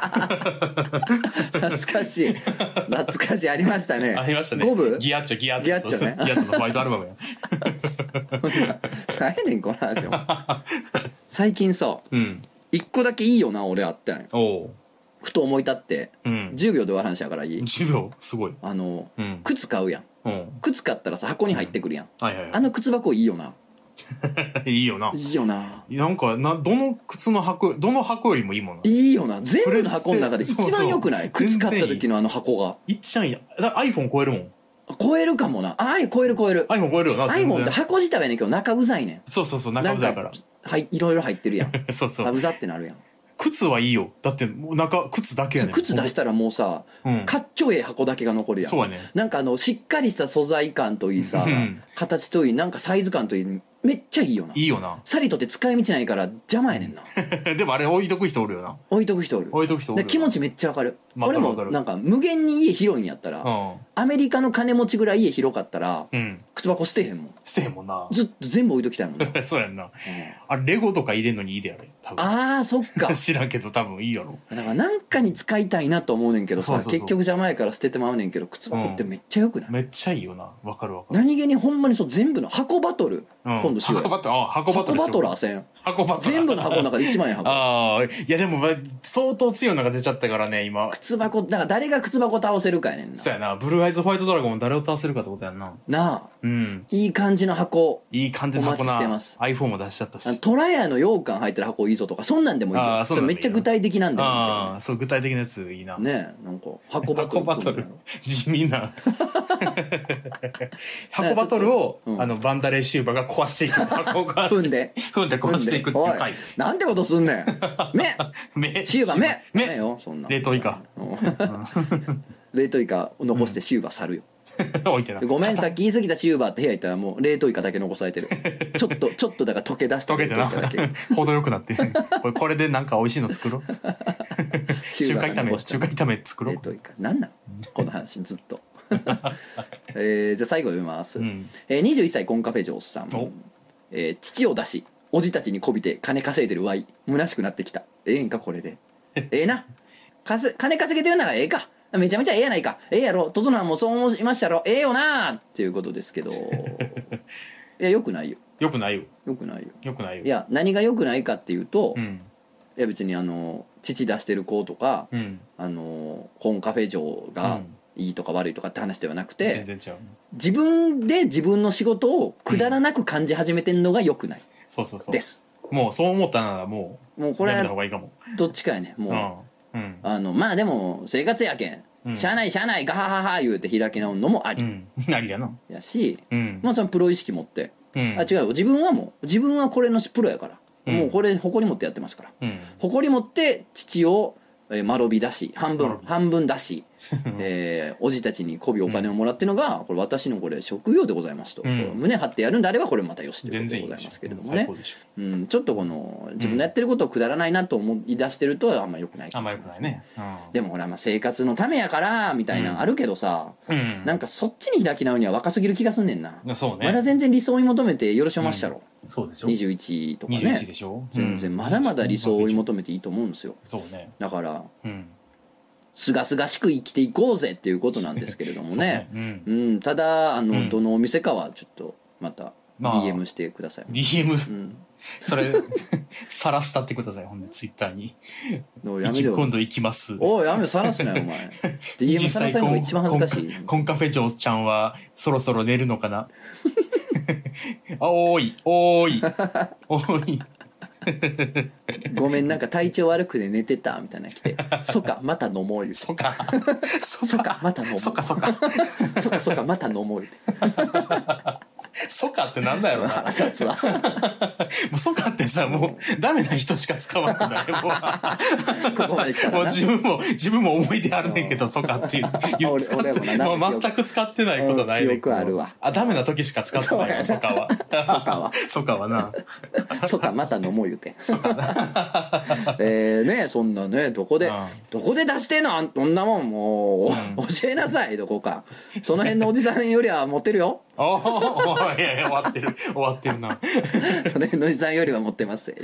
Speaker 1: 懐かしい懐かしいありましたね
Speaker 2: ありましたね
Speaker 1: 五部
Speaker 2: ギアッチョギアッチ
Speaker 1: ギア
Speaker 2: ョ
Speaker 1: ッチョね
Speaker 2: そうそうギアッチョのホワイトアルバムやん
Speaker 1: 何やねんこの話
Speaker 2: <laughs>
Speaker 1: は最近さ
Speaker 2: うん
Speaker 1: 一個だけいいよな俺あってん
Speaker 2: おう
Speaker 1: ふと思い立って
Speaker 2: うん
Speaker 1: 10秒で終わらんしやからいい
Speaker 2: 10秒すごい
Speaker 1: あの
Speaker 2: うん
Speaker 1: 靴買うやん
Speaker 2: うん
Speaker 1: 靴買ったらさ箱に入ってくるやん
Speaker 2: はいはい
Speaker 1: あの靴箱いいよな
Speaker 2: はいいいよない
Speaker 1: いよな
Speaker 2: なんかなどの靴の箱どの箱よりもいいもんない
Speaker 1: いよな全
Speaker 2: プ
Speaker 1: 部
Speaker 2: レ
Speaker 1: の
Speaker 2: ステ
Speaker 1: 箱の中で一
Speaker 2: そうそ
Speaker 1: 番
Speaker 2: う
Speaker 1: 良くない
Speaker 2: 全然い
Speaker 1: 靴
Speaker 2: い
Speaker 1: 買った時のあの箱が
Speaker 2: いっちゃんやだ iPhone 超えるもん
Speaker 1: 超えるかもなああ超える超える
Speaker 2: iPhone 超えるよな全
Speaker 1: iPhone って
Speaker 2: 然
Speaker 1: 箱自体はやねんけど中うざいねん
Speaker 2: そうそうそう中身だから
Speaker 1: なんはいいろいろ入ってるやん
Speaker 2: <laughs> そうそ
Speaker 1: あ
Speaker 2: う
Speaker 1: うざってなるやん
Speaker 2: 靴はいいよだってもう中靴だけやねん
Speaker 1: 靴出したらもうさ
Speaker 2: うん
Speaker 1: かっちょええ箱だけが残るやん
Speaker 2: そうやね
Speaker 1: なんかあのしっかりした素材感といいさ
Speaker 2: うん
Speaker 1: 形といいなんかサイズ感といいめっちゃいいよない
Speaker 2: いよな <laughs>
Speaker 1: サリとって使い道ないから邪魔やねんな
Speaker 2: でもあれ置いとく人おるよな
Speaker 1: 置いとく人おる
Speaker 2: 置いとく人お
Speaker 1: で
Speaker 2: るよな
Speaker 1: 気持ちめっちゃわかる
Speaker 2: わか
Speaker 1: 俺
Speaker 2: る
Speaker 1: も
Speaker 2: わかる
Speaker 1: なんか無限に家広いんやった
Speaker 2: う
Speaker 1: ら
Speaker 2: ん
Speaker 1: アメリカの金持ちぐらい家広かったら
Speaker 2: うん
Speaker 1: 靴箱捨てへんもん
Speaker 2: せえもんな
Speaker 1: ずっと全部置いときたいもんな、うん
Speaker 2: <laughs> そうやんなあれレゴとか入れんのにいいでやれ多分
Speaker 1: あーそっか
Speaker 2: <laughs> 知らんけど多分いいやろ
Speaker 1: だからなんかに使いたいなと思うねんけどさ
Speaker 2: そうそうそう
Speaker 1: 結局邪魔やから捨ててまうねんけど靴箱ってめっちゃよくない、
Speaker 2: めっちゃいいよなわかるわかる
Speaker 1: 何気にほんまにそう全部の箱バトル、
Speaker 2: うん
Speaker 1: 今度しよう
Speaker 2: 箱
Speaker 1: よ
Speaker 2: バトラーあ箱バト
Speaker 1: 箱
Speaker 2: ラー
Speaker 1: バ
Speaker 2: しよ
Speaker 1: ト
Speaker 2: う
Speaker 1: ラーせん
Speaker 2: 箱バトラー
Speaker 1: 全部の箱の中で一番いい箱
Speaker 2: ああ、いやでも、ま相当強いのが出ちゃったからね、今。
Speaker 1: 靴箱だから誰が靴箱倒せるかやねんな
Speaker 2: そうやな、ブルーアイズホワイトドラゴンを誰を倒せるかってことやんな。
Speaker 1: なあ
Speaker 2: うん。
Speaker 1: いい感じの箱
Speaker 2: いい感じの箱な。
Speaker 1: お待ちしてます。
Speaker 2: iPhone も出しちゃったし。
Speaker 1: トラヤの羊羹入ってる箱いいぞとかそんなんでもいい
Speaker 2: あ
Speaker 1: よ
Speaker 2: ーそ
Speaker 1: そ
Speaker 2: んな
Speaker 1: れめ
Speaker 2: んでいい
Speaker 1: っ
Speaker 2: よ
Speaker 1: ちゃ具体的なんだ
Speaker 2: あ
Speaker 1: よ
Speaker 2: あ、そう、具体的なやついいな。
Speaker 1: ねえなんか箱バト
Speaker 2: 箱
Speaker 1: ル
Speaker 2: バトル。地
Speaker 1: <laughs>
Speaker 2: 味な。箱バトルを、
Speaker 1: うん
Speaker 2: あの、バンダレーシューバーが壊していく。箱が。
Speaker 1: 踏んで。
Speaker 2: 踏んで壊していくっていう回
Speaker 1: おい。なんてことすんねん
Speaker 2: <laughs>
Speaker 1: 目
Speaker 2: 目。
Speaker 1: シューバ目
Speaker 2: 目
Speaker 1: 目よそんな
Speaker 2: 冷凍イカ。 <laughs>
Speaker 1: うん <laughs> 冷凍イカを残してシューバ去るよ、
Speaker 2: 置いてな
Speaker 1: で。ごめんさっき言い過ぎたシューバって部屋行ったらもう冷凍イカだけ残されてる
Speaker 2: <laughs>
Speaker 1: ちょっとちょっとだから溶け出した
Speaker 2: 溶けてな
Speaker 1: 冷凍イカだけ。
Speaker 2: <laughs> 程よくなって。これ、これでなんか美味しいの作ろう。つって
Speaker 1: <laughs> シュ
Speaker 2: 中
Speaker 1: ーバ
Speaker 2: 華
Speaker 1: ー
Speaker 2: 炒
Speaker 1: が
Speaker 2: め、
Speaker 1: 残した
Speaker 2: 中華炒め作ろ
Speaker 1: <laughs> 冷
Speaker 2: う。
Speaker 1: 凍イカなんなんこの話ずっ
Speaker 2: <laughs>
Speaker 1: とえーじゃあ最後読みます、
Speaker 2: うん。
Speaker 1: えー21歳コンカフェ嬢さん
Speaker 2: お、
Speaker 1: えー父を出しおじたちにこびて金稼いでるわい虚しくなってきたええんかこれ
Speaker 2: <laughs>
Speaker 1: でええなかせ金稼げてるならええかめちゃめちゃええやないかええやろとぞなもそう思いましたろええよなっていうことですけ
Speaker 2: <laughs>
Speaker 1: どいやよくないよ
Speaker 2: よくないよ。
Speaker 1: よくないよ
Speaker 2: よくないよ。
Speaker 1: いや何がよくないかっていうと、
Speaker 2: う
Speaker 1: い
Speaker 2: ん。
Speaker 1: や別にあの父出してる子とか、
Speaker 2: うん。
Speaker 1: あのコンカフェ嬢
Speaker 2: う
Speaker 1: が
Speaker 2: ん
Speaker 1: いいとか悪いとかって話ではなくて、
Speaker 2: 全然違う。
Speaker 1: 自分で自分の仕事をくだらなく感じ始めてんのが良くない
Speaker 2: そうそうそう
Speaker 1: で。す、
Speaker 2: もうそう思ったならも
Speaker 1: もう
Speaker 2: う、
Speaker 1: これ
Speaker 2: やめた方
Speaker 1: は
Speaker 2: がいいかも。
Speaker 1: どっちかやねも
Speaker 2: うん。うん
Speaker 1: う、。あのまあでも生活やけん、
Speaker 2: うん
Speaker 1: しゃあないしゃあないガハハハ言うて開き直るのもあ
Speaker 2: う
Speaker 1: り
Speaker 2: ん。 <laughs> ありやな。
Speaker 1: やし、
Speaker 2: うん。
Speaker 1: まあそのプロ意識持って、
Speaker 2: うん。
Speaker 1: あ違うよ自分はもう自分はこれのプロやから、
Speaker 2: うん
Speaker 1: もうこれ誇り持ってやってますから
Speaker 2: うん。
Speaker 1: 誇り持って父をえー、間延びだし半
Speaker 2: 間
Speaker 1: 分
Speaker 2: 延び
Speaker 1: 半分だ
Speaker 2: <laughs>
Speaker 1: し、えー、おじたちに媚びお金をもらってのが、これ私のこれ職業でございますと、
Speaker 2: うん
Speaker 1: こう胸張ってやるんであればこれまたよしというこ
Speaker 2: 全
Speaker 1: とで
Speaker 2: 然い
Speaker 1: ご
Speaker 2: い
Speaker 1: ざい
Speaker 2: でし
Speaker 1: ま
Speaker 2: ょ
Speaker 1: すけれども
Speaker 2: 最
Speaker 1: ね
Speaker 2: 高、でしょ
Speaker 1: うん、ちょっとこの自分のやってることをくだらないなと思い出してるとあんまよくない
Speaker 2: あんまよくないね
Speaker 1: でもほらまあ生活のためやからみたいな
Speaker 2: うん
Speaker 1: のあるけどさ、
Speaker 2: うんうん
Speaker 1: なんかそっちに開き直るには若すぎる気がすんねんな、
Speaker 2: そうね
Speaker 1: まだ全然理想を追い求めてよろしおましたろ、
Speaker 2: そうでしょ
Speaker 1: 21とかね
Speaker 2: 21でしょ
Speaker 1: 全
Speaker 2: う
Speaker 1: 然
Speaker 2: ん
Speaker 1: まだまだ理想を追い求めていいと思うんですよ
Speaker 2: そうね
Speaker 1: だから
Speaker 2: うん
Speaker 1: すがすがしく生きていこうぜっていうことなんですけれども
Speaker 2: <laughs> そう
Speaker 1: ね
Speaker 2: うん
Speaker 1: うんただあの、
Speaker 2: うん
Speaker 1: どのお店かはちょっとまた
Speaker 2: まあ
Speaker 1: DM してください、う
Speaker 2: DM
Speaker 1: ん、
Speaker 2: それ <laughs> さらしたってくださいほんでツイッターに
Speaker 1: どうやめろ
Speaker 2: 今
Speaker 1: よ
Speaker 2: 度行きます
Speaker 1: おいやめよさらすなよお
Speaker 2: <laughs>
Speaker 1: 前 DM さらされるのが一番恥ずかしい
Speaker 2: コンカフェ嬢ちゃんはそろそろ寝るのかな <laughs> あおーいおーいおーい
Speaker 1: ごめんなんか体調悪くて寝てたみたいなの来 <laughs> て「そっかまた飲もう」言うて
Speaker 2: そっかそ
Speaker 1: そ
Speaker 2: っ
Speaker 1: っか
Speaker 2: か
Speaker 1: また飲もう
Speaker 2: そっか
Speaker 1: そ
Speaker 2: そっか
Speaker 1: っかそっかまた飲もう」言うて
Speaker 2: そっかってなんだよな
Speaker 1: 腹立つわ
Speaker 2: もうそっかってさもうダメな人しか使わなく
Speaker 1: <laughs>
Speaker 2: ないも
Speaker 1: ここまで来た
Speaker 2: うも
Speaker 1: ら
Speaker 2: う
Speaker 1: な
Speaker 2: 自分も自分も思い出あるねんけどそっかって言う言
Speaker 1: <laughs>
Speaker 2: う
Speaker 1: 俺
Speaker 2: 使って
Speaker 1: 俺もなダメ
Speaker 2: もう全く使ってないことないねんけど
Speaker 1: 記憶あるわ
Speaker 2: あダメな時しか使ってないよ
Speaker 1: そ
Speaker 2: そうっか
Speaker 1: <laughs>
Speaker 2: は
Speaker 1: か
Speaker 2: <laughs>
Speaker 1: は
Speaker 2: そっかはな
Speaker 1: そっかまた飲もう言うて <laughs> えーねそんなねどこで、
Speaker 2: うん
Speaker 1: どこで出してんのあんそんなもんもう、教えなさいどこかその辺のおじさんよりは持ってる <laughs> よ
Speaker 2: おーおいやいや終わってる終わってるな
Speaker 1: その辺のおじさんよりは持ってます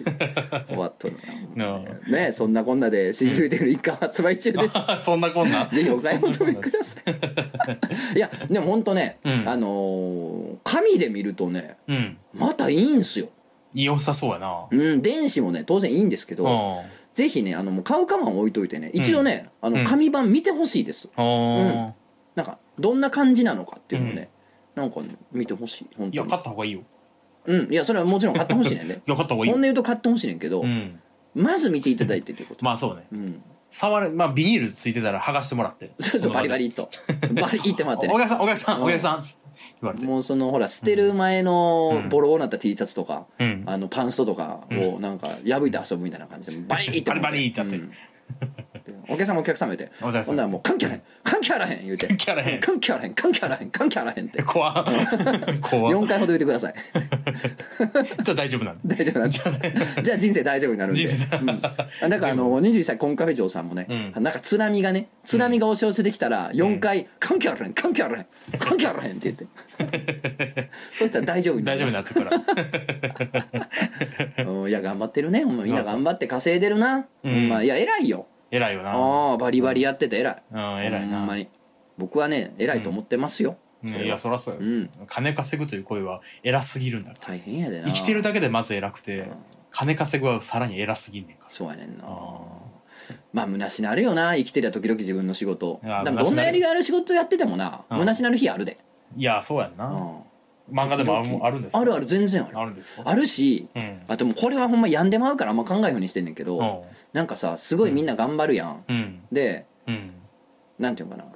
Speaker 1: 終わっとる
Speaker 2: な
Speaker 1: なねそんなこんなで新宿テール一巻発売中です
Speaker 2: あ <laughs> そんなこんな
Speaker 1: ぜひお買い求めくださいいやでもほんとね、
Speaker 2: うん
Speaker 1: あのー紙で見るとね
Speaker 2: うん
Speaker 1: またいいんすよ
Speaker 2: 良さそうやな
Speaker 1: うん電子もね当然いいんですけど、
Speaker 2: あ
Speaker 1: ぜひねあのもう買うかは置いといてね一度ね、あの紙版見てほしいです
Speaker 2: あー
Speaker 1: なんかどんな感じなのかっていうのをね、なんかね見てほしい本
Speaker 2: いや
Speaker 1: 当に
Speaker 2: 勝った方がいいよ
Speaker 1: うんいやそれはもちろん買ってほしいねんね
Speaker 2: <laughs> いや勝った方がいい
Speaker 1: 本音言
Speaker 2: よ
Speaker 1: うと買ってほしいねんけど、
Speaker 2: うん
Speaker 1: まず見ていただいてということ、
Speaker 2: <laughs> まあそうね
Speaker 1: うん、
Speaker 2: 触るまあビニールついてたら剥がしてもらって
Speaker 1: ちょっとバリバリっとバリってもらって
Speaker 2: おお
Speaker 1: ね
Speaker 2: 客さんお客さんお客さんつって言われて
Speaker 1: もうそのほら捨てる前の
Speaker 2: うん
Speaker 1: ボロボロになった T シャツとか、
Speaker 2: うん
Speaker 1: あのパンストとかをなんか破いて遊ぶみたいな感じでバリーって
Speaker 2: バリバリってやって
Speaker 1: うんお客さんもお客様言うて
Speaker 2: お客様
Speaker 1: ほんならもう関係あらへん関係あらへん言うて
Speaker 2: 関係あらへん
Speaker 1: 関係あらへん関係あらへん関係あらへんって <laughs>
Speaker 2: 怖っ怖っ
Speaker 1: 4回ほど言ってくだ
Speaker 2: <laughs>
Speaker 1: さい
Speaker 2: じゃあ大丈夫な
Speaker 1: <laughs>
Speaker 2: の
Speaker 1: 大丈夫なんでじゃあ人生大丈夫になるんで
Speaker 2: 人生
Speaker 1: うんあだからあの21歳コンカフェ嬢さんもね
Speaker 2: う
Speaker 1: なんか津波がね津波が押し寄せてきたら4回関係あらへん関係あらへん関係あらへんって言って
Speaker 2: <laughs>
Speaker 1: そしたら大丈夫にな
Speaker 2: 大
Speaker 1: り
Speaker 2: 丈夫
Speaker 1: ます
Speaker 2: になってから <laughs>
Speaker 1: うんいや頑張ってるねほんまみんな
Speaker 2: そうそう
Speaker 1: 頑張って稼いでるなほ
Speaker 2: うん
Speaker 1: んまいや偉いよ
Speaker 2: 偉いよな
Speaker 1: ああバリバリやってて偉い
Speaker 2: うん偉い
Speaker 1: ほんま
Speaker 2: な
Speaker 1: に僕はね偉いと思ってますよ
Speaker 2: うんいやそらそう
Speaker 1: う
Speaker 2: よ
Speaker 1: ん
Speaker 2: 金稼ぐという声は偉すぎるんだ
Speaker 1: 大変やでな
Speaker 2: 生きてるだけでまず偉くて金稼ぐはさらに偉すぎんねんから
Speaker 1: そうやねんな
Speaker 2: あ
Speaker 1: まあ虚しなるよな生きてりゃ時々自分の仕事
Speaker 2: いや
Speaker 1: でも
Speaker 2: 虚しなる
Speaker 1: どんなやりがいある仕事やっててもな
Speaker 2: うん
Speaker 1: 虚しなる日あるで
Speaker 2: いやそうやんな
Speaker 1: うん
Speaker 2: 漫画でもある
Speaker 1: 時々
Speaker 2: あるんですか
Speaker 1: あるある全然あ
Speaker 2: あ
Speaker 1: る
Speaker 2: るんですか
Speaker 1: あるし
Speaker 2: うん
Speaker 1: あともうこれはほんま病んでまうからあんま考えようにしてんねんけ
Speaker 2: う
Speaker 1: ど
Speaker 2: ん
Speaker 1: なんかさすごいみんな頑張るやん
Speaker 2: うん
Speaker 1: で
Speaker 2: うん
Speaker 1: なんていうのかな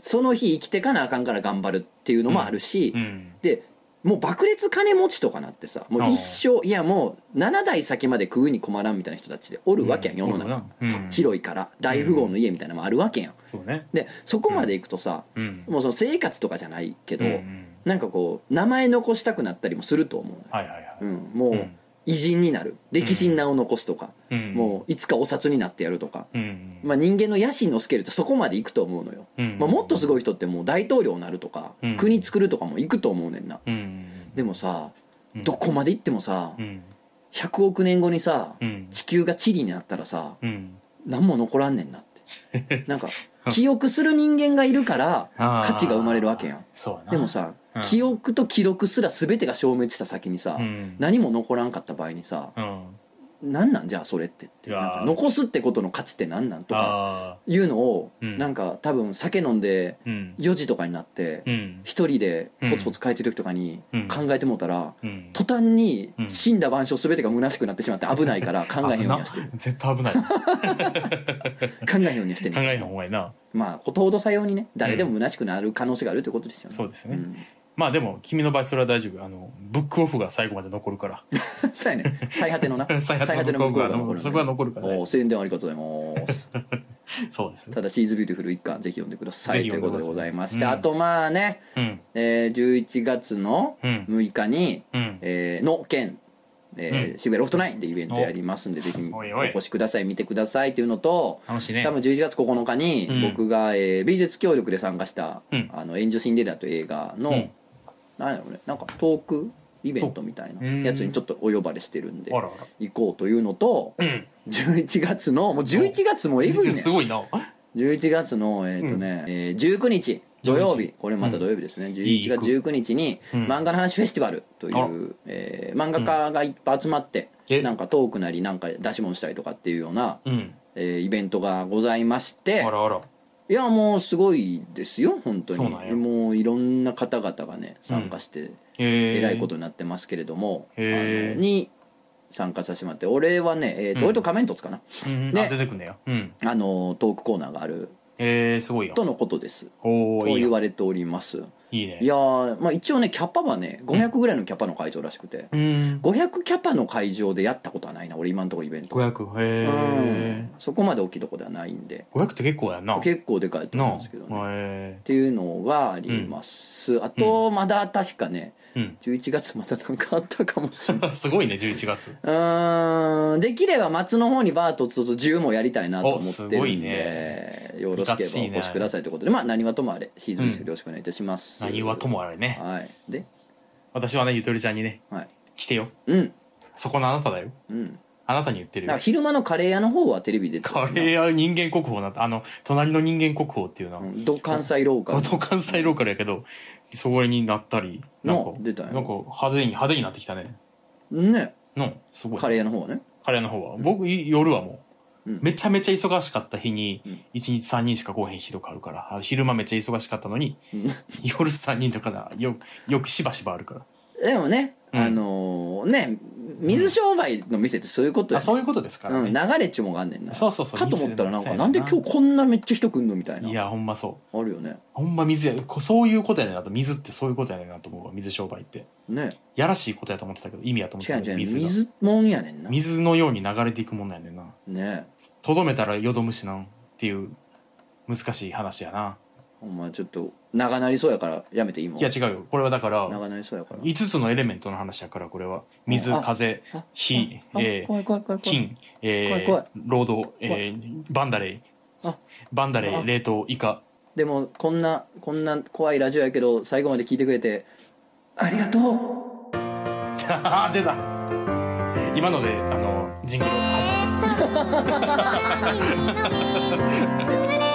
Speaker 1: その日生きてかなあかんから頑張るっていうのもあるし
Speaker 2: うん
Speaker 1: でもう爆裂金持ちとかなってさもう一生いやもう7代先まで食うに困らんみたいな人たちでおるわけやん世の中
Speaker 2: うん
Speaker 1: 広いから大富豪の家みたいなのもあるわけやん
Speaker 2: そうね
Speaker 1: でそこまでいくとさ
Speaker 2: うん
Speaker 1: もうその生活とかじゃないけど
Speaker 2: うんうん
Speaker 1: なんかこう名前残したくなったりもすると思う
Speaker 2: はいはいはい
Speaker 1: うん、も
Speaker 2: う
Speaker 1: うん偉人になる歴史に名を残すとか、
Speaker 2: うん
Speaker 1: もういつかお札になってやるとか、
Speaker 2: うん
Speaker 1: まあ、人間の野心のスケールってそこまでいくと思うのよ、
Speaker 2: うん
Speaker 1: まあ、もっとすごい人ってもう大統領になるとか、
Speaker 2: うん
Speaker 1: 国作るとかもいくと思うねんな
Speaker 2: うん
Speaker 1: でもさ
Speaker 2: うん
Speaker 1: どこまで行ってもさ
Speaker 2: うん
Speaker 1: 100億年後にさ
Speaker 2: うん
Speaker 1: 地球が地理になったらさ
Speaker 2: うん
Speaker 1: 何も残らんねんなって
Speaker 2: <laughs>
Speaker 1: なんか記憶する人間がいるから
Speaker 2: あー
Speaker 1: 価値が生まれるわけやん
Speaker 2: そうやな
Speaker 1: でもさ
Speaker 2: うん
Speaker 1: 記憶と記録すら全てが消滅した先にさ
Speaker 2: うん
Speaker 1: 何も残らんかった場合にさ
Speaker 2: うん
Speaker 1: 何なんじゃあそれってって
Speaker 2: いやー
Speaker 1: なんか残すってことの価値って何なんとか
Speaker 2: あ
Speaker 1: いうのを
Speaker 2: うん
Speaker 1: なんか多分酒飲んで
Speaker 2: ーうん
Speaker 1: 4時とかになって
Speaker 2: うん
Speaker 1: 一人でポツポツ書いてる時とかに
Speaker 2: うん
Speaker 1: 考えてもうたら
Speaker 2: うん
Speaker 1: 途端に
Speaker 2: うん
Speaker 1: 死んだ万象全てが虚しくなってしまって危ない
Speaker 2: <laughs>
Speaker 1: から考えへんようにはしてる
Speaker 2: 絶対危ない考
Speaker 1: 考えへんようにはして
Speaker 2: え
Speaker 1: ね
Speaker 2: へんほうがいいな
Speaker 1: まあことほどさようにね誰でも虚しくなる可能性があるということですよね、
Speaker 2: そうですね
Speaker 1: ん
Speaker 2: まあでも君の場合それは大丈夫あのブックオフが最後まで残るから <laughs>
Speaker 1: そうやね最果てのな
Speaker 2: 最果ての
Speaker 1: 向こう
Speaker 2: 向こうがそこが残るからね
Speaker 1: おー宣伝ありがとうございます
Speaker 2: <laughs> そうですね
Speaker 1: ただシーズビューティフル一巻ぜひ読んでください
Speaker 2: ぜひ
Speaker 1: という
Speaker 2: 読
Speaker 1: こ
Speaker 2: んで
Speaker 1: と
Speaker 2: くだ
Speaker 1: で
Speaker 2: さい
Speaker 1: ございまして、
Speaker 2: うん
Speaker 1: あとまあね、
Speaker 2: うん
Speaker 1: えー、11月の
Speaker 2: うん
Speaker 1: 6日に、
Speaker 2: うん
Speaker 1: えーの県、えー渋谷ロフトナインでイベントやりますんでぜひお
Speaker 2: おいおい
Speaker 1: 越しください見てくださいっていうのと
Speaker 2: 楽しいね
Speaker 1: 多分11月9日に
Speaker 2: うん
Speaker 1: 僕が、えー美術協力で参加した「
Speaker 2: うん
Speaker 1: あの援助シンデレラ」という映画の、
Speaker 2: うん
Speaker 1: なんやろうねなんかトークイベントみたいな
Speaker 2: うん
Speaker 1: やつにちょっとお呼ばれしてるんで
Speaker 2: あらあ
Speaker 1: 行こうというのと
Speaker 2: らうん
Speaker 1: 11月のもう11月もえぐいね
Speaker 2: すごいな
Speaker 1: 11月のえっ、とね、えー19日土曜日これまた土曜日ですね、11月19日に
Speaker 2: うん
Speaker 1: 漫画の話フェスティバルとい
Speaker 2: あら
Speaker 1: う、えー漫画家がいっぱい集まって、
Speaker 2: え
Speaker 1: なんかトークなりなんか出し物したりとかっていうような、
Speaker 2: うん
Speaker 1: えーイベントがございまして
Speaker 2: あらあら
Speaker 1: いやもうすごいですよ本当
Speaker 2: そうなん
Speaker 1: に
Speaker 2: や
Speaker 1: もういろんな方々がね参加して
Speaker 2: え
Speaker 1: え
Speaker 2: ー、
Speaker 1: らいことになってますけれども、
Speaker 2: へー
Speaker 1: あのに参加させてもらって俺はね、えーと
Speaker 2: うん
Speaker 1: 俺と仮面凸かな、
Speaker 2: うん
Speaker 1: ね
Speaker 2: あ出てくんだようん
Speaker 1: あのトークコーナーがある
Speaker 2: えー、すごいよ
Speaker 1: とのことです
Speaker 2: お
Speaker 1: と
Speaker 2: おいい
Speaker 1: 言
Speaker 2: ね
Speaker 1: われております
Speaker 2: いいね
Speaker 1: いやー、まあ、一応ねキャパはね500ぐらいのキャパの会場らしくて、
Speaker 2: うん
Speaker 1: 500キャパの会場でやったことはないな俺今のところイベント、
Speaker 2: 500へ
Speaker 1: う
Speaker 2: え
Speaker 1: ん、そこまで大きいとこではないんで
Speaker 2: 500って結構やんな
Speaker 1: 結構でかいと思うんですけどね
Speaker 2: なあへ
Speaker 1: っていうのがあります、あとまだ確かね
Speaker 2: えうん
Speaker 1: 11月またなんかあったかもしれない
Speaker 2: <laughs> すごいね11
Speaker 1: <laughs>
Speaker 2: 月
Speaker 1: うーんできれば松の方にバー突突10もやりたいなと思ってる
Speaker 2: おすごい
Speaker 1: んで、
Speaker 2: ね
Speaker 1: よろしければお越しくださいということで、まあ何はともあれシーズンですよろしくお願いいたします、
Speaker 2: 何はともあれね
Speaker 1: はいで
Speaker 2: 私はねゆとりちゃんにね
Speaker 1: はい
Speaker 2: 来てよ
Speaker 1: うん
Speaker 2: そこのあなただよ
Speaker 1: うん
Speaker 2: あなたに言ってる
Speaker 1: なんか
Speaker 2: よ
Speaker 1: 昼間のカレー屋の方はテレビ出て
Speaker 2: <laughs> カレー屋人間国宝なんてあの隣の人間国宝っていうな、
Speaker 1: ど関西ローカル
Speaker 2: 元関西ローカルやけどそれになったりなんか
Speaker 1: な出たよ
Speaker 2: なんか派手に派手になってきたね
Speaker 1: ね
Speaker 2: のすごい
Speaker 1: カレー屋の方はね
Speaker 2: カレーの方は僕い夜はもう、
Speaker 1: うん
Speaker 2: めちゃめちゃ忙しかった日に
Speaker 1: うん
Speaker 2: 1日3人しか来おへん日とかあるからあ昼間めっちゃ忙しかったのに
Speaker 1: うん
Speaker 2: 夜3人とかなよよくしばしばあるから
Speaker 1: でもね、
Speaker 2: うん
Speaker 1: あのーね水商売の店ってそういうこと
Speaker 2: あ
Speaker 1: やね
Speaker 2: そういうことですから
Speaker 1: うん、
Speaker 2: ね、
Speaker 1: 流れっちゅうもんがあんねんな
Speaker 2: そうそうそう
Speaker 1: かと思ったらなんか
Speaker 2: 水の
Speaker 1: なんで今日こんなめっちゃ人来んのみたいない
Speaker 2: やほんまそう
Speaker 1: あるよね
Speaker 2: ほんま水やこそういうことやねんなと水ってそういうことやねんなと思うわ水商売って
Speaker 1: ね
Speaker 2: やらしいことやと思ってたけど意味やと思って
Speaker 1: 違う
Speaker 2: た
Speaker 1: 違
Speaker 2: け
Speaker 1: う
Speaker 2: ど
Speaker 1: 水
Speaker 2: 水が
Speaker 1: もんやねんな
Speaker 2: 水のように流れていくもんなんやねんな
Speaker 1: ね
Speaker 2: とどめたらよどむしなんっていう難しい話やな
Speaker 1: お前ちょっと長なりそうやからやめていいもん
Speaker 2: いや違うよこれはだから
Speaker 1: 長なりそうやから
Speaker 2: 5つのエレメントの話やからこれは水
Speaker 1: あ
Speaker 2: 風
Speaker 1: あ
Speaker 2: 火
Speaker 1: あ
Speaker 2: えー
Speaker 1: 怖い怖い怖い怖い
Speaker 2: 金え
Speaker 1: 怖い
Speaker 2: ー労働えーバンダレイ
Speaker 1: あ
Speaker 2: バンダレ
Speaker 1: あ
Speaker 2: イ冷凍イカ <laughs>
Speaker 1: でもこんなこんな怖いラジオやけど最後まで聞いてくれてありがとう
Speaker 2: あー出た今のであのジングル始まった
Speaker 4: 「すすれば